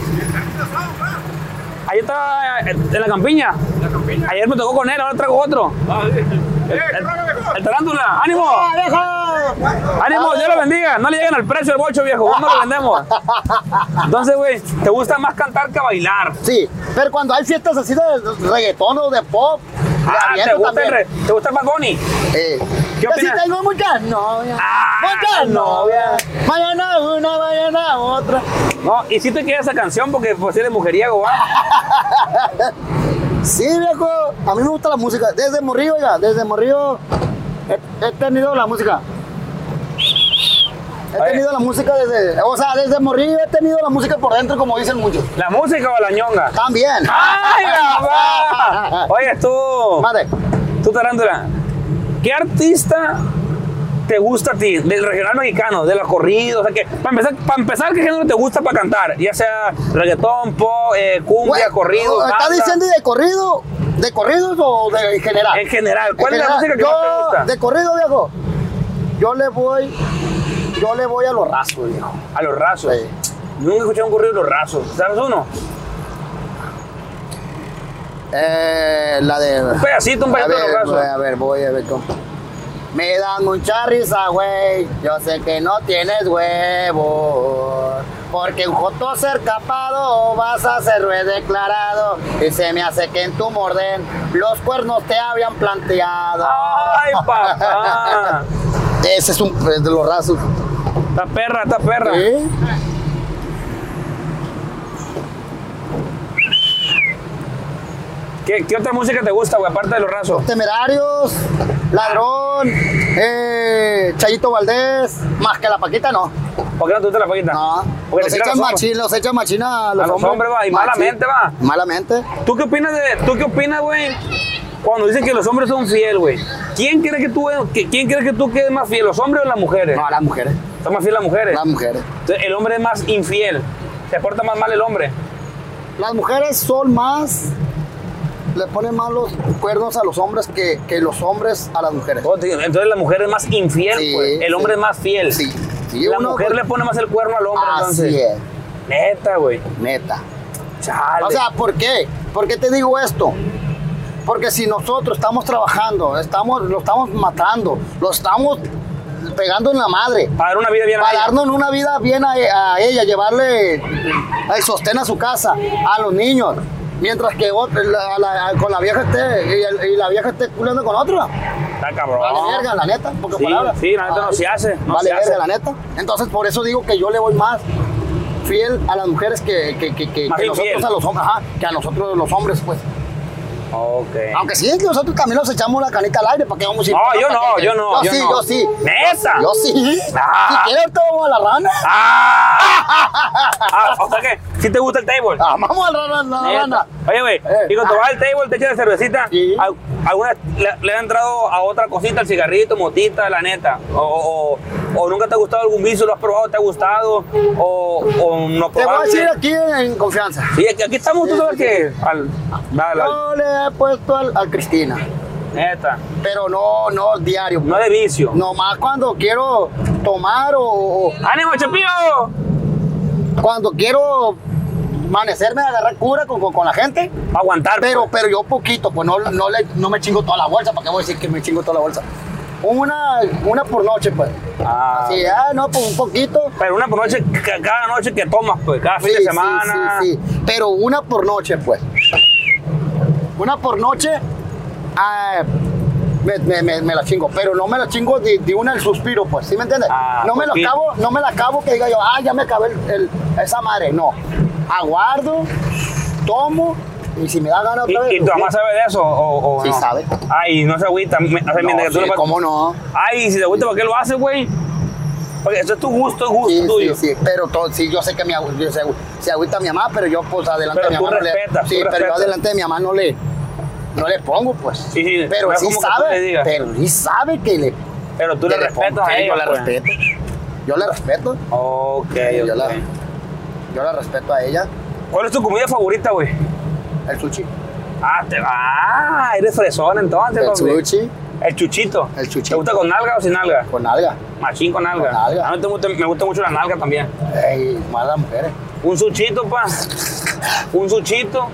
C: Ahí está, eh, en la campiña. Ayer me tocó con él, ahora traigo otro. El, el tarántula, ánimo. Ánimo, Dios lo bendiga. No le lleguen al precio el bocho, viejo. ¿Cuándo lo vendemos? Entonces, güey, ¿te gusta más cantar que bailar?
D: Sí. Pero cuando hay fiestas así de reggaetón o de pop, le
C: Ah, ¿te
D: aviento
C: gusta, el
D: también.
C: re- ¿Te gusta Bad Bunny?
D: Eh.
C: ¿Qué
D: Yo sí
C: opinas?
D: tengo muchas novias.
C: Ah,
D: muchas
C: novia.
D: novias. Mañana una, mañana otra.
C: No, y si te queda esa canción porque pues eres mujeriego, va.
D: Sí, viejo, a mí me gusta la música. Desde Morrillo, ya, desde Morrillo he, he tenido la música. He
C: Oye.
D: tenido la música desde, o sea, desde Morrillo he tenido la música por dentro, como dicen muchos.
C: ¿La música o la ñonga?
D: También.
C: ¡Ay, papá! Oye, tú,
D: Madre,
C: tú tarántula, ¿qué artista te gusta a ti del regional mexicano, de los corridos? O sea, que, para empezar, para empezar, ¿qué género te gusta para cantar? Ya sea reggaetón, pop, eh, cumbia,
D: güey,
C: corrido,
D: ¿Estás
C: banda.
D: diciendo de corrido, de corridos o de en general?
C: En general,
D: En
C: ¿cuál es la
D: general,
C: música que
D: yo,
C: más te gusta?
D: De corrido, viejo. Yo le voy, yo le voy a los rasos, viejo.
C: A los rasos.
D: Sí.
C: Nunca he escuchado un corrido de los rasos. ¿Sabes uno?
D: Eh, la de.
C: Un pedacito, un
D: a
C: pedacito de
D: ver,
C: los
D: voy,
C: rasos.
D: a ver, voy a ver cómo. Me dan mucha risa, güey. Yo sé que no tienes huevos. Porque un joto ser capado vas a ser redeclarado. Y se me hace que en tu morden los cuernos te habían planteado.
C: ¡Ay, papá!
D: Ese es un es de los rasos.
C: Está perra, está perra.
D: ¿Eh?
C: ¿Qué, qué otra música te gusta, güey? Aparte de los rasos.
D: Temerarios, ladrón, eh, Chayito Valdés, más que la Paquita no.
C: ¿Por qué no te gusta la paquita?
D: No.
C: Porque
D: los
C: te tiran
D: echan,
C: los hombros.
D: machina, los echan machina a los,
C: A los hombres, va, y
D: Machín.
C: malamente, va.
D: Malamente.
C: ¿Tú qué opinas de, tú qué opinas, güey? Cuando dicen que los hombres son fiel, güey. ¿Quién cree que tú, que- quién cree que tú quedes más fiel, los hombres o las mujeres?
D: No, a las mujeres.
C: Son más fieles las mujeres.
D: Las mujeres.
C: Entonces, el hombre es más infiel. Se porta más mal el hombre.
D: Las mujeres son más. Le ponen más los cuernos a los hombres que, que los hombres a las mujeres.
C: Oh, Entonces la mujer es más infiel,
D: Sí,
C: güey. El hombre es
D: sí.
C: más fiel.
D: Sí. Sí,
C: la
D: uno-
C: mujer le pone más el cuerno al hombre,
D: Así
C: entonces.
D: es,
C: Neta, güey.
D: neta.
C: Chale.
D: O sea, ¿por qué? ¿Por qué te digo esto? Porque si nosotros estamos trabajando, estamos, lo estamos matando, lo estamos pegando en la madre,
C: para dar una vida bien a
D: para
C: ella.
D: darnos una vida bien a, a ella, llevarle el sostén a su casa, a los niños, mientras que otra- la- la- con la vieja esté, y, el- y la vieja esté culiando con otra.
C: Está cabrón.
D: Vale verga, la neta, porque
C: Sí,
D: palabras.
C: sí, la neta no
D: Ay,
C: se hace, no
D: vale
C: se
D: verga,
C: hace.
D: la neta. Entonces, por eso digo que yo le voy más fiel a las mujeres que, que, que, que-
C: Más
D: que
C: bien
D: nosotros
C: fiel.
D: a los hombres, ajá, que a nosotros los hombres, pues.
C: Ok.
D: Aunque sí, nosotros también nos echamos la canita al aire, ¿para qué vamos a ir?
C: No, yo no, yo no,
D: Yo
C: yo
D: sí,
C: no.
D: yo sí.
C: ¿Neta?
D: Yo sí.
C: Ah.
D: Si quieres, te vamos a la rana.
C: ¡Ah! Ah, o sea que, si te gusta el table.
D: Ah, vamos a la rana, la
C: Neta.
D: rana.
C: Oye, güey,
D: Eh,
C: y cuando
D: ah.
C: vas al table, te echas de cervecita,
D: Sí.
C: ¿al- ¿alguna vez le, le ha entrado a otra cosita, al cigarrito, motita, la neta? O, o- o- o nunca te ha gustado algún vicio, lo has probado, te ha gustado, o, o no
D: Te voy a
C: probaste.
D: decir aquí en confianza.
C: Sí, aquí, aquí estamos, tú sabes que. Al, dale, al-
D: Yo le he puesto al, al Cristina,
C: neta,
D: pero no, no diario.
C: no de vicio.
D: Nomás cuando quiero tomar o, o
C: ¡Ánimo, Chapío!
D: cuando quiero amanecerme, agarrar cura con, con- con la gente.
C: Aguantar.
D: Pero,
C: pues.
D: pero yo poquito, pues no, no, le- no me chingo toda la bolsa, ¿para qué voy a decir que me chingo toda la bolsa? Una, una por noche, pues.
C: Ah.
D: Así, ah, no, pues un poquito.
C: Pero una por noche, ca- cada noche que tomas, pues, cada fin
D: Sí,
C: de semana.
D: sí, sí, sí. Pero una por noche, pues. Una por noche, ah, me, me- me- me la chingo. Pero no me la chingo de, de una el suspiro, pues. ¿Sí me entiendes?
C: Ah,
D: no, me la
C: poquito.
D: acabo, no me la acabo que diga yo, ah, ya me acabé el- el- esa madre. No. Aguardo, tomo, y si me da ganas otra vez.
C: ¿Y, y tu
D: pues,
C: mamá sabe de eso o, o
D: Sí,
C: no?
D: sabe.
C: Ay, no se agüita. me- o sea,
D: no,
C: mientras que tú
D: sí,
C: le pas-
D: ¿Cómo no?
C: Ay, si te gusta, ¿para qué lo haces, güey? Porque eso es tu gusto, es gusto
D: Sí, sí,
C: tuyo.
D: sí, pero todo, sí, yo sé que mi agü- yo sé- se agüita mi mamá, pero yo pues adelante
C: Pero
D: de mi
C: tú
D: mamá no
C: respetas,
D: le
C: tú
D: Sí, pero yo
C: respetas.
D: adelante de mi mamá no le no le pongo, pues.
C: Sí, sí, no
D: pero
C: es
D: sí
C: como que tú le
D: sabe,
C: digas.
D: pero sí sabe que le
C: Pero tú le
D: que le
C: respetas
D: pongo,
C: a
D: sí,
C: ella.
D: yo la
C: pues.
D: respeto. Yo la respeto,
C: Ok,
D: Sí, yo
C: ok.
D: la- yo la respeto a ella,
C: ¿Cuál es tu comida favorita, güey?
D: el sushi,
C: Ah, te... ah, eres fresón entonces,
D: el
C: papi.
D: sushi
C: El chuchito.
D: El chuchito.
C: ¿Te gusta con nalga o sin nalga?
D: con alga.
C: Machín con nalga.
D: Con nalga.
C: A mí te gusta- me gusta mucho la nalga también.
D: Ey, malas mujeres.
C: Un suchito, pa. Un suchito.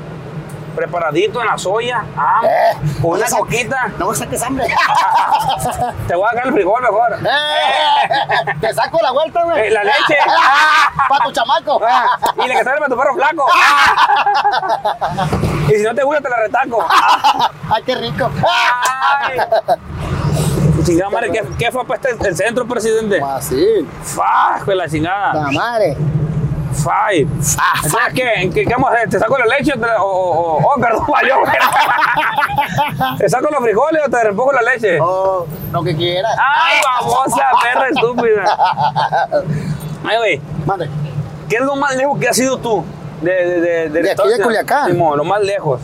C: Preparadito en la soya. Ah,
D: Eh,
C: con
D: no
C: una
D: me saques-
C: coquita.
D: No me saques hambre.
C: Te voy a sacar el frijol mejor.
D: Eh, Te saco la vuelta, güey.
C: Eh, la leche.
D: Para tu chamaco.
C: Ah, y la que sale para tu perro flaco. Ah. Y si no te gusta, te la retaco.
D: Ay, qué rico.
C: Ay. Chingada madre, ¿qué, qué fue para este, el centro, presidente?
D: Así.
C: Fa, hijo de la chingada.
D: La madre.
C: Fa. Entonces, ¿qué, ¿En qué, qué vamos a hacer? ¿Te saco la leche o te la- o, o- o- oh, perdón, valió, verga. ¿Te saco los frijoles o te repongo la leche?
D: Oh, lo que Ah, quieras.
C: Ay, babosa, perra estúpida. Ay, güey.
D: Madre.
C: ¿Qué es lo más lejos que has ido tú? De, de, de,
D: De aquí de Culiacán.
C: Simón, lo más lejos.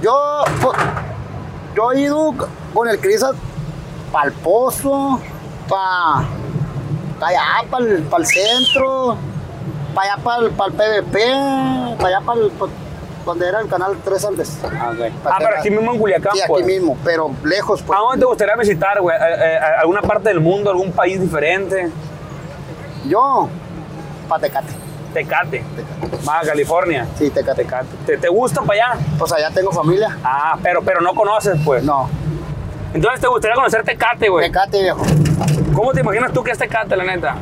D: Yo, pues, yo he ido con el Cris para el pozo, para allá, para el, centro, para allá, para el, PVP, para allá, para donde era el canal 3 antes.
C: Ah, pero aquí mismo en Culiacán,
D: Sí, aquí
C: pues.
D: mismo, pero lejos. Pues.
C: ¿A dónde te gustaría visitar, güey? Eh, eh, ¿Alguna parte del mundo, algún país diferente?
D: Yo, para Tecate.
C: Tecate. Baja California.
D: Sí, Tecate.
C: Tecate. ¿Te, te gusta para allá?
D: Pues allá tengo familia.
C: Ah, pero, pero no conoces, pues.
D: No.
C: Entonces te gustaría conocer Tecate, güey.
D: Tecate, viejo.
C: ¿Cómo te imaginas tú que es Tecate, la neta?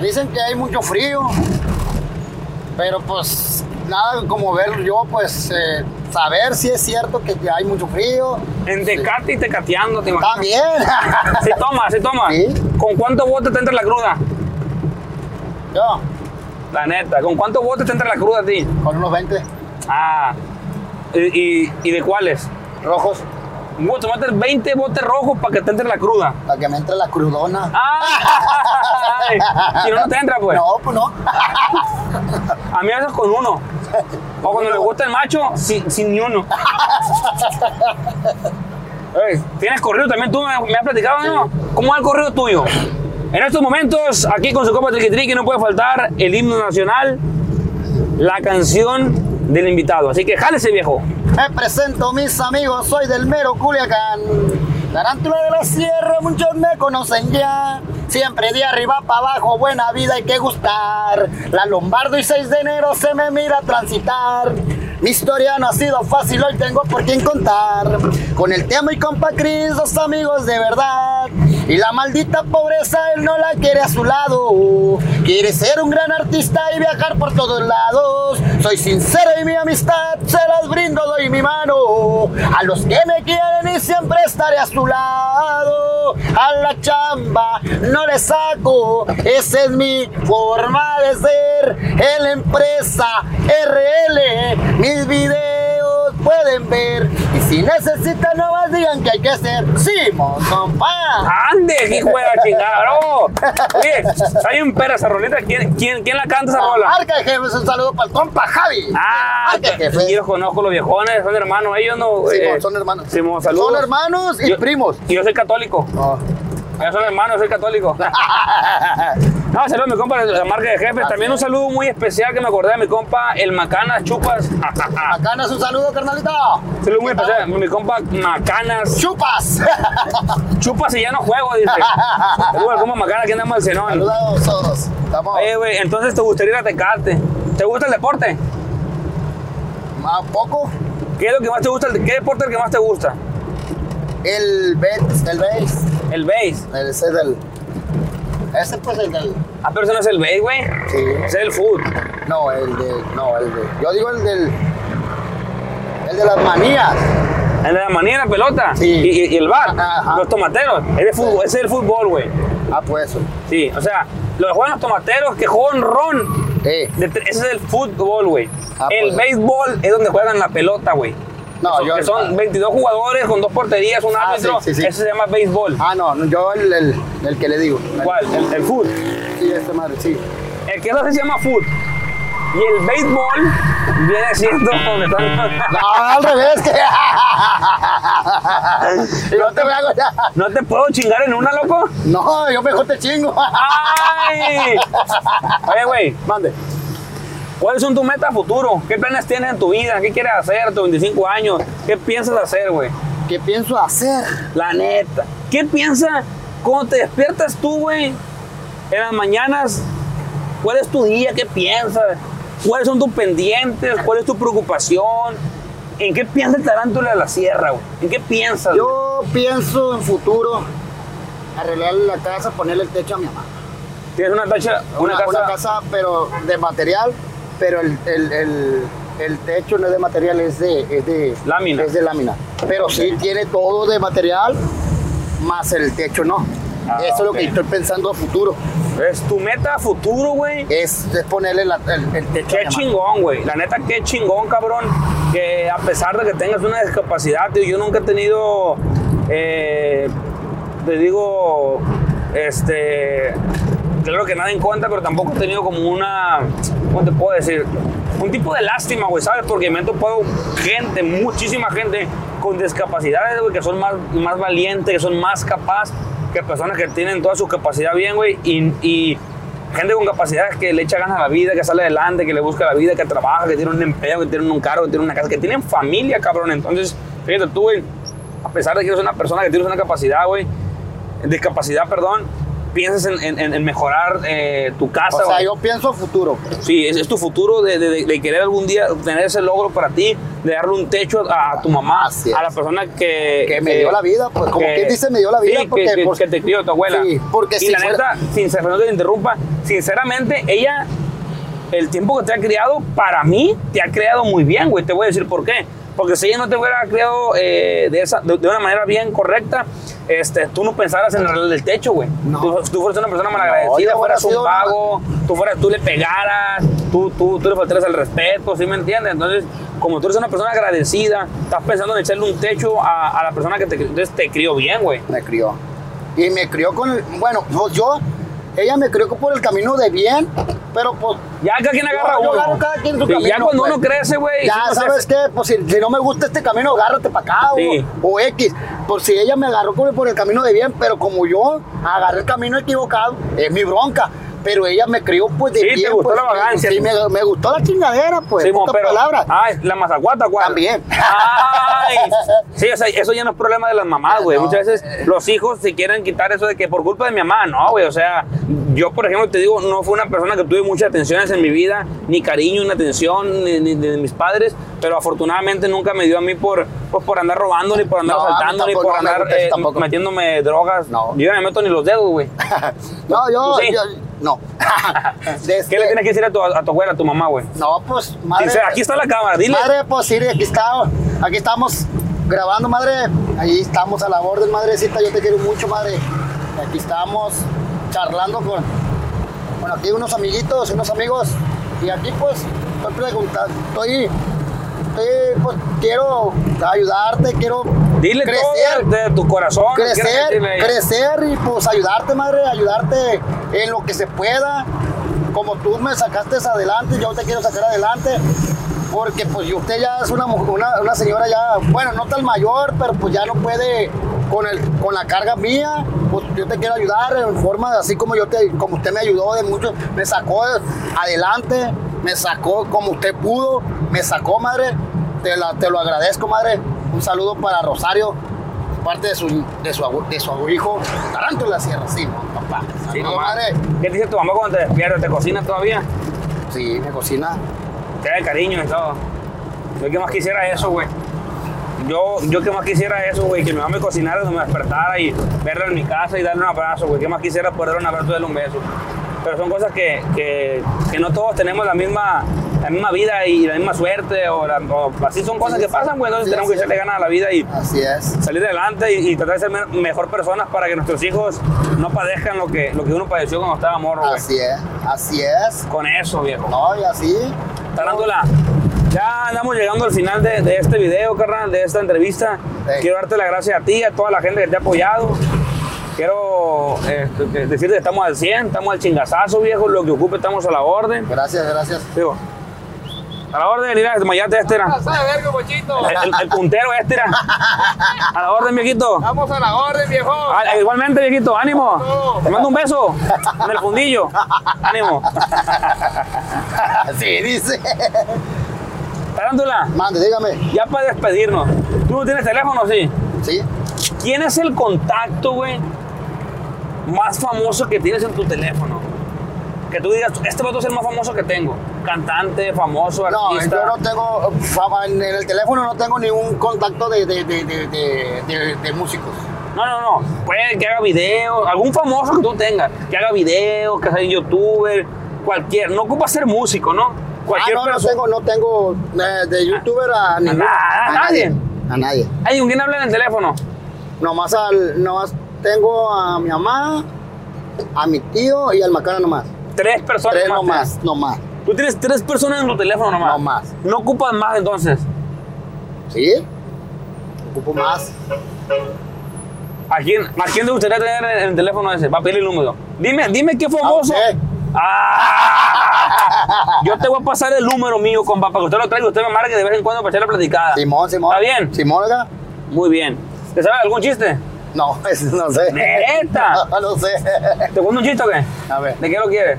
D: Dicen que hay mucho frío, pero pues nada como ver yo, pues eh, saber si es cierto que hay mucho frío.
C: En Tecate y Tecateando, te imaginas.
D: También.
C: Se toma, se toma.
D: Ah, Sí.
C: ¿Con cuántos botes te entra la cruda?
D: yo,
C: La neta, ¿con cuántos botes te entra la cruda a ti?
D: con unos 20
C: Ah, ¿y, y, y de cuáles?
D: rojos
C: Bueno, te metes 20 botes rojos para que te entre la cruda.
D: para que me entre la crudona.
C: ¡Ay! Si no, no te entra, Ah, pues.
D: No, pues no.
C: A mí a veces con uno. O cuando le gusta el macho, sin, sin ni uno. Ey, Tienes corrido también, tú me, me has platicado, ¿no? ¿Cómo va el corrido tuyo? En estos momentos, aquí con su copa triqui no puede faltar el himno nacional, la canción del invitado. Así que jálese, viejo.
D: Me presento, mis amigos, soy del mero Culiacán. Tarántula de la sierra, muchos me conocen ya. Siempre de arriba para abajo, buena vida hay que gustar. La Lombardo y 6 de enero se me mira transitar. Mi historia no ha sido fácil, hoy tengo por quién contar. Con el tema y compa Cris, dos amigos de verdad. Y la maldita pobreza él no la quiere a su lado. Quiere ser un gran artista y viajar por todos lados. Soy sincero y mi amistad se las brindo, doy mi mano. A los que me quieren y siempre estaré a su lado. A la chamba no le saco, esa es mi forma de ser. En la empresa RL, mis videos pueden ver. Y si necesitan, no más digan que hay que hacer. Sí, monzón,
C: ¡Ande, hijo de la chingada! ¡Bravo! Oye, hay un pera esa roleta. ¿Quién, quién, quién la canta esa rola?
D: Marca el jefe, es un saludo para el compa Javi.
C: Ah,
D: Marca el jefe.
C: yo los conozco los viejones, son hermanos, ellos no.
D: Simón, son hermanos.
C: Simón, eh, saludos.
D: son hermanos y
C: Yo-
D: primos.
C: Y yo soy católico.
D: No.
C: Ellos son hermanos, yo soy católico. no, saludos a mi compa de la marca de jefes. También un saludo muy especial que me acordé de mi compa, el Macanas Chupas.
D: Macanas, un saludo, carnalita.
C: saludo muy especial. Mi compa Macanas
D: Chupas.
C: Chupas y ya no juego, dice. Saludos al compa Macanas, aquí andamos al cenón.
D: Saludos todos. Estamos
C: Oye, güey, entonces te gustaría ir a Tecate. ¿Te gusta el deporte?
D: a poco.
C: ¿Qué es lo que más te gusta? ¿Qué deporte es el que más te gusta?
D: El Betis, el Betis.
C: El base.
D: Ese es del. Ese pues el del.
C: Ah, pero eso no es el base, güey.
D: Sí.
C: Ese es el food.
D: No, el de. No, el de. Yo digo el del. El de las manías.
C: En la manía de la pelota
D: Sí.
C: y, y- y el bar,
D: Ajá, ajá.
C: los tomateros, es de fútbol, ese es el fútbol, güey.
D: Ah, pues eso.
C: Sí, o sea, los que juegan los tomateros que juegan ron,
D: Eh.
C: de tre- ese es el fútbol, güey.
D: Ah,
C: el
D: pues.
C: béisbol es donde juegan la pelota, güey.
D: No,
C: Que
D: yo-
C: son- que son 22 jugadores con dos porterías, un
D: Ah,
C: árbitro,
D: sí, sí, sí.
C: ese se llama béisbol.
D: Ah, no, no, yo el, el, el que le digo.
C: ¿Cuál? El, el fútbol.
D: Sí, esta madre, sí.
C: El que no se llama fútbol. Y el béisbol viene siendo donde están-
D: No, Ah, al revés, que. no te me hago ya.
C: No te puedo chingar en una, loco.
D: No, yo mejor te chingo.
C: ¡Ay! Oye, güey,
D: Mande.
C: ¿Cuáles son tus metas a futuro? ¿Qué planes tienes en tu vida? ¿Qué quieres hacer a tus 25 años? ¿Qué piensas hacer, güey?
D: ¿Qué pienso hacer?
C: La neta. ¿Qué piensas cuando te despiertas tú, güey? En las mañanas, ¿cuál es tu día? ¿Qué piensas? ¿Cuáles son tus pendientes? ¿Cuál es tu preocupación? ¿En qué piensa el tarántula de la sierra, güey? ¿En qué piensas? güey?
D: Yo pienso en futuro arreglarle la casa, ponerle el techo a mi mamá.
C: Tienes una tacha, una, casa.
D: pero de material, pero el, el- el- el techo no es de material, es de, es de
C: Lámina.
D: Es de lámina. Pero sí tiene todo de material, más el techo no.
C: Ah,
D: Eso es lo que
C: ok.
D: estoy pensando a futuro.
C: Es tu meta a futuro, güey.
D: Es, es ponerle la- el, el techo.
C: Qué
D: a mi mamá.
C: chingón, güey. La neta, qué chingón, cabrón. Que a pesar de que tengas una discapacidad, tío, yo nunca he tenido, eh, te digo, este, claro que nada en contra, pero tampoco he tenido como una, ¿cómo te puedo decir? Un tipo de lástima, güey, ¿sabes? Porque me he topado gente, muchísima gente con discapacidades, güey, que son más, más valientes, que son más capaces que personas que tienen toda su capacidad bien, güey, y- y Gente con capacidades que le echa ganas a la vida, que sale adelante, que le busca la vida, que trabaja, que tiene un empleo, que tiene un cargo, que tiene una casa, que tienen familia, cabrón. Entonces, fíjate tú, güey, a pesar de que eres una persona que tienes una capacidad, güey, discapacidad, perdón, piensas en, en- en- en mejorar eh, tu casa.
D: O sea,
C: güey.
D: yo pienso a futuro.
C: Sí, es, es tu futuro de, de- de querer algún día tener ese logro para ti, de darle un techo a, a tu mamá,
D: Así es.
C: a la persona que...
D: Que me dio la vida, pues, como quien dice, me dio la vida,
C: sí, que-
D: porque,
C: que,
D: pues,
C: que te crió tu abuela.
D: sí, porque
C: y
D: si
C: la
D: fuera-
C: neta, sinceramente, no te interrumpa, sinceramente, ella, el tiempo que te ha criado, para mí, te ha creado muy bien, güey. Te voy a decir por qué. Porque si ella no te hubiera criado eh, de, esa, de, de una manera bien correcta, este, tú no pensaras en arreglar el techo, güey.
D: No.
C: Tú, tú fueras una persona malagradecida,
D: yo hubiera
C: fueras un
D: sido una-
C: vago, tú fueras, tú le pegaras, tú, tú, tú le faltaras el respeto, ¿sí me entiendes? Entonces, como tú eres una persona agradecida, estás pensando en echarle un techo a, a la persona que te, cri- entonces te crió bien, güey.
D: Me crió. Y me crió con el. Bueno, pues yo. Ella me crió por el camino de bien, pero pues.
C: Ya cada quien agarra
D: yo
C: uno.
D: agarro cada quien su
C: Sí, ya
D: camino,
C: cuando
D: pues.
C: uno crece, güey.
D: Ya
C: sí, no sé,
D: sabes qué, pues si, si no me gusta este camino, agárrate para acá o-
C: eh, Sí.
D: o, X. Por si ella me agarró por, por el camino de bien, pero como yo agarré el camino equivocado, es mi bronca. Pero ella me crió pues de
C: Sí,
D: bien.
C: te gustó
D: pues,
C: la vagancia.
D: Sí, me, me gustó la chingadera, pues.
C: sí,
D: en
C: mo,
D: pocas
C: pero-
D: palabras.
C: Ay, la mazacuata, güey.
D: También.
C: Ay. Sí, o sea, eso ya no es problema de las mamás, güey.
D: Ah, No.
C: Muchas veces los hijos se quieren quitar eso de que por culpa de mi mamá, no, güey. O sea, yo, por ejemplo, te digo, no fue una persona que tuve muchas atenciones en mi vida, ni cariño, ni atención ni, ni de mis padres, pero afortunadamente nunca me dio a mí por, pues, por andar robando, ni por andar
D: No, a mí
C: asaltando, ni
D: tampoco,
C: por
D: no me
C: andar
D: gusta eso
C: eh,
D: tampoco.
C: metiéndome drogas.
D: No.
C: Yo no me meto ni los dedos, güey.
D: no, yo,
C: ah. Sí.
D: yo- no. Desde-
C: ¿Qué le tienes que decir a tu, a tu abuela, a tu mamá, güey?
D: No, pues, madre.
C: Sincera, aquí está la cámara, dile.
D: Madre, pues sí, aquí, está, aquí estamos grabando, madre. Ahí estamos a la orden, madrecita. Yo te quiero mucho, madre. Aquí estamos charlando con, bueno, aquí unos amiguitos, unos amigos. Y aquí, pues, estoy preguntando, estoy, estoy, pues, quiero ayudarte, quiero
C: Dile
D: crecer,
C: todo de, de tu corazón. ¿qué quieres
D: crecer,
C: decirle a ella?
D: crecer y pues ayudarte, madre, ayudarte en lo que se pueda. Como tú me sacaste adelante, yo te quiero sacar adelante. Porque pues y usted ya es una, mu- una, una señora ya, bueno, no tan mayor, pero pues ya no puede con, el, con la carga mía. Pues yo te quiero ayudar en forma de- así como yo te, como usted me ayudó de mucho, me sacó adelante, me sacó como usted pudo, me sacó, madre. Te, la- te lo agradezco, madre. Un saludo para Rosario parte de su, de su, abu- de su hijo, Taranto en la Sierra, sí, no, papá.
C: Sí,
D: Saludos,
C: mamá.
D: madre.
C: ¿Qué te dice tu mamá cuando te despiertas? ¿Te cocina todavía?
D: Sí, me cocina.
C: Te da el cariño y todo. Yo que más quisiera eso, güey. Yo, yo que más quisiera eso, güey, que mi mamá me cocinara cuando me despertara y verla en mi casa y darle un abrazo, güey. Que más quisiera poder darle un abrazo y darle un beso. Pero son cosas que, que, que no todos tenemos la misma, la misma vida y la misma suerte o, la- o así son cosas
D: Sí,
C: que pasan, güey. Entonces
D: sí,
C: tenemos que
D: así es.
C: echarle ganas a la vida y,
D: Así es.
C: salir adelante y, y tratar de ser me- mejor personas para que nuestros hijos no padezcan lo que, lo que uno padeció cuando estaba morro, güey.
D: Así es. Así es.
C: Con eso, viejo.
D: No, y así.
C: Tarántula, ya andamos llegando al final de, de este video, carnal, de esta entrevista.
D: Ey.
C: Quiero darte las gracias a ti, a toda la gente que te ha apoyado. Quiero eh, que- decirte que estamos al 100, estamos al chingazazo, viejo. Lo que ocupe, estamos a la orden.
D: Gracias, gracias.
C: Digo, a la orden, mira, desmayate, este era.
F: Pasa de verga, bochito.
C: El, el- el puntero, este era. A la orden, viejito.
F: Vamos a la orden, viejo.
C: Ah, igualmente, viejito, ánimo.
F: No.
C: Te mando un beso en el fundillo. Ánimo.
D: Así Ah, dice.
C: Tarántula,
D: Mande, dígame.
C: ya para despedirnos. ¿Tú no tienes teléfono, sí?
D: Sí.
C: ¿Quién es el contacto, güey, más famoso que tienes en tu teléfono? Que tú digas, este vato es el más famoso que tengo. Cantante, famoso,
D: No,
C: artista.
D: yo no tengo fama en el teléfono, no tengo ningún contacto de, de, de, de, de, de- de músicos.
C: No, no, no. Puede que haga videos, algún famoso que tú tengas, que haga videos, que sea youtuber, cualquier. No ocupa ser músico, ¿no?
D: Ah,
C: Cualquier
D: no, no
C: persona. Ah.
D: tengo, no tengo eh, de youtuber a, ningún-
C: a nadie.
D: A nadie.
C: Ay, ¿con quién habla en el teléfono?
D: Nomás, al, nomás tengo a mi mamá, a mi tío y al macana nomás.
C: Tres personas
D: Tres
C: más. ¿eh?
D: nomás, nomás.
C: Tú tienes tres personas en tu teléfono nomás.
D: No más.
C: No ocupas más entonces.
D: ¿Sí? Ocupo más.
C: ¿A quién, ¿A quién te gustaría tener en el teléfono ese? Va a pedirle el número. Dime, dime qué famoso.
D: usted.
C: Ah, yo te voy a pasar el número mío, compa, para que usted lo traiga. Usted me marque de vez en cuando para echar la platicada.
D: Simón, Simón.
C: ¿Está bien?
D: ¿Simón, oiga?
C: Muy bien. ¿Te sabes algún chiste?
D: No, ese no sé.
C: ¡Neta!
D: No, no sé.
C: ¿Te cuento un chiste o qué?
D: A ver.
C: ¿De qué lo quieres?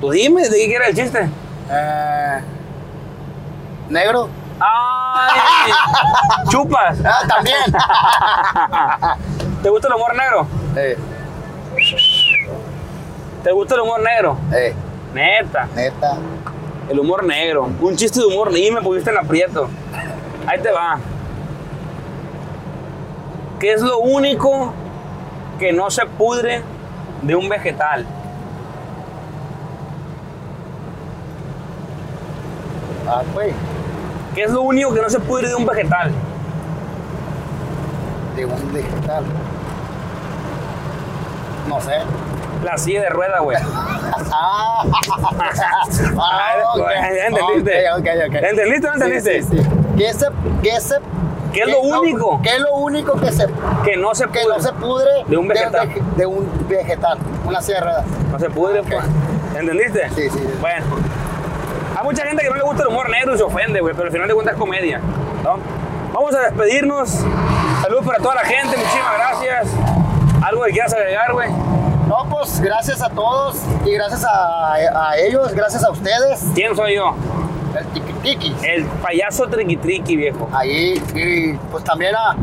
C: Tú dime, ¿de qué quieres el chiste?
D: Eh, ¿Negro?
C: ¡Ay! ¡Chupas!
D: Ah, también.
C: ¿Te gusta el humor negro?
D: Eh,
C: ¿Te gusta el humor negro?
D: Eh,
C: Neta,
D: neta.
C: el humor negro. Un chiste de humor y me pusiste en aprieto. Ahí te va. ¿Qué es lo único que no se pudre de un vegetal?
D: Ah, güey.
C: ¿Qué es lo único que no se pudre de un vegetal?
D: De un digital. No sé.
C: La silla de rueda, güey.
D: Ah,
C: Ah,
D: ah, ok.
C: ya entendiste.
D: Ok, ok, ok.
C: ¿Entendiste o no entendiste?
D: Sí, sí, sí. ¿Qué, se, qué, se,
C: ¿Qué es lo
D: no-
C: único?
D: ¿Qué es lo único que, se,
C: Que no se pudre.
D: que no se pudre
C: De un vegetal.
D: De, de un vegetal, una sierra.
C: No se pudre,
D: Ok.
C: pues. ¿Entendiste?
D: Sí, sí, sí.
C: Bueno. Hay mucha gente que no le gusta el humor negro y se ofende, güey, pero al final de cuentas es comedia. ¿no? Vamos a despedirnos. Saludos para toda la gente, muchísimas gracias. ¿Algo que quieras agregar, güey?
D: No, pues gracias a todos y gracias a, a ellos, gracias a ustedes.
C: ¿Quién soy yo?
D: El tiki
C: El payaso triqui-triqui, viejo.
D: Ahí, y pues también a-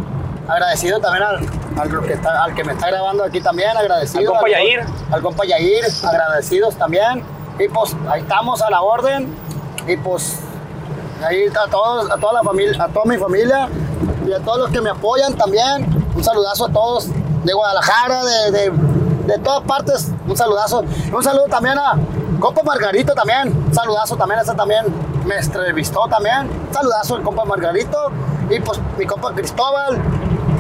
D: agradecido también al, al que está, al que me está grabando aquí también, agradecido.
C: Al compa Yair.
D: Al compa Yair, agradecidos también. Y pues ahí estamos a la orden. Y pues ahí a todos, a toda la familia, a toda mi familia y a todos los que me apoyan también. Un saludazo a todos de Guadalajara, de, de- de todas partes. Un saludazo. Un saludo también a compa Margarito también. Un saludazo también, ese también me entrevistó también. Un saludazo al compa Margarito y pues mi compa Cristóbal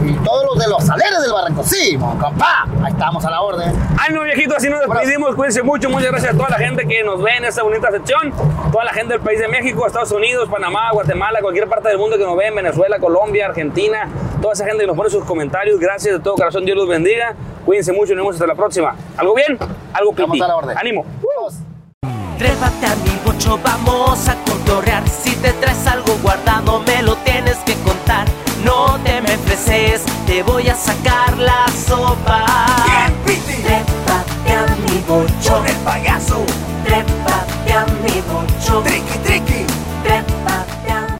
D: y todos los de los saleres del barranco. Sí, mon compa. Ahí estamos a la orden.
C: Ay, no, viejito, así nos despedimos. Cuídense mucho. Muchas gracias a toda la gente que nos ve en esta bonita sección. Toda la gente del país de México, Estados Unidos, Panamá, Guatemala, cualquier parte del mundo que nos ve, en Venezuela, Colombia, Argentina. Toda esa gente que nos pone sus comentarios. Gracias de todo corazón. Dios los bendiga. Cuídense mucho. y Nos vemos hasta la próxima. ¿Algo bien? Algo piti.
D: Estamos a la orden.
C: Ánimo.
D: Vamos.
B: Trépate a mi bocho, vamos a cotorrear. Si te traes algo guardado, me lo tienes que contar. No te me freses, te voy a sacar la sopa. Trépate a mi bocho, me pagas.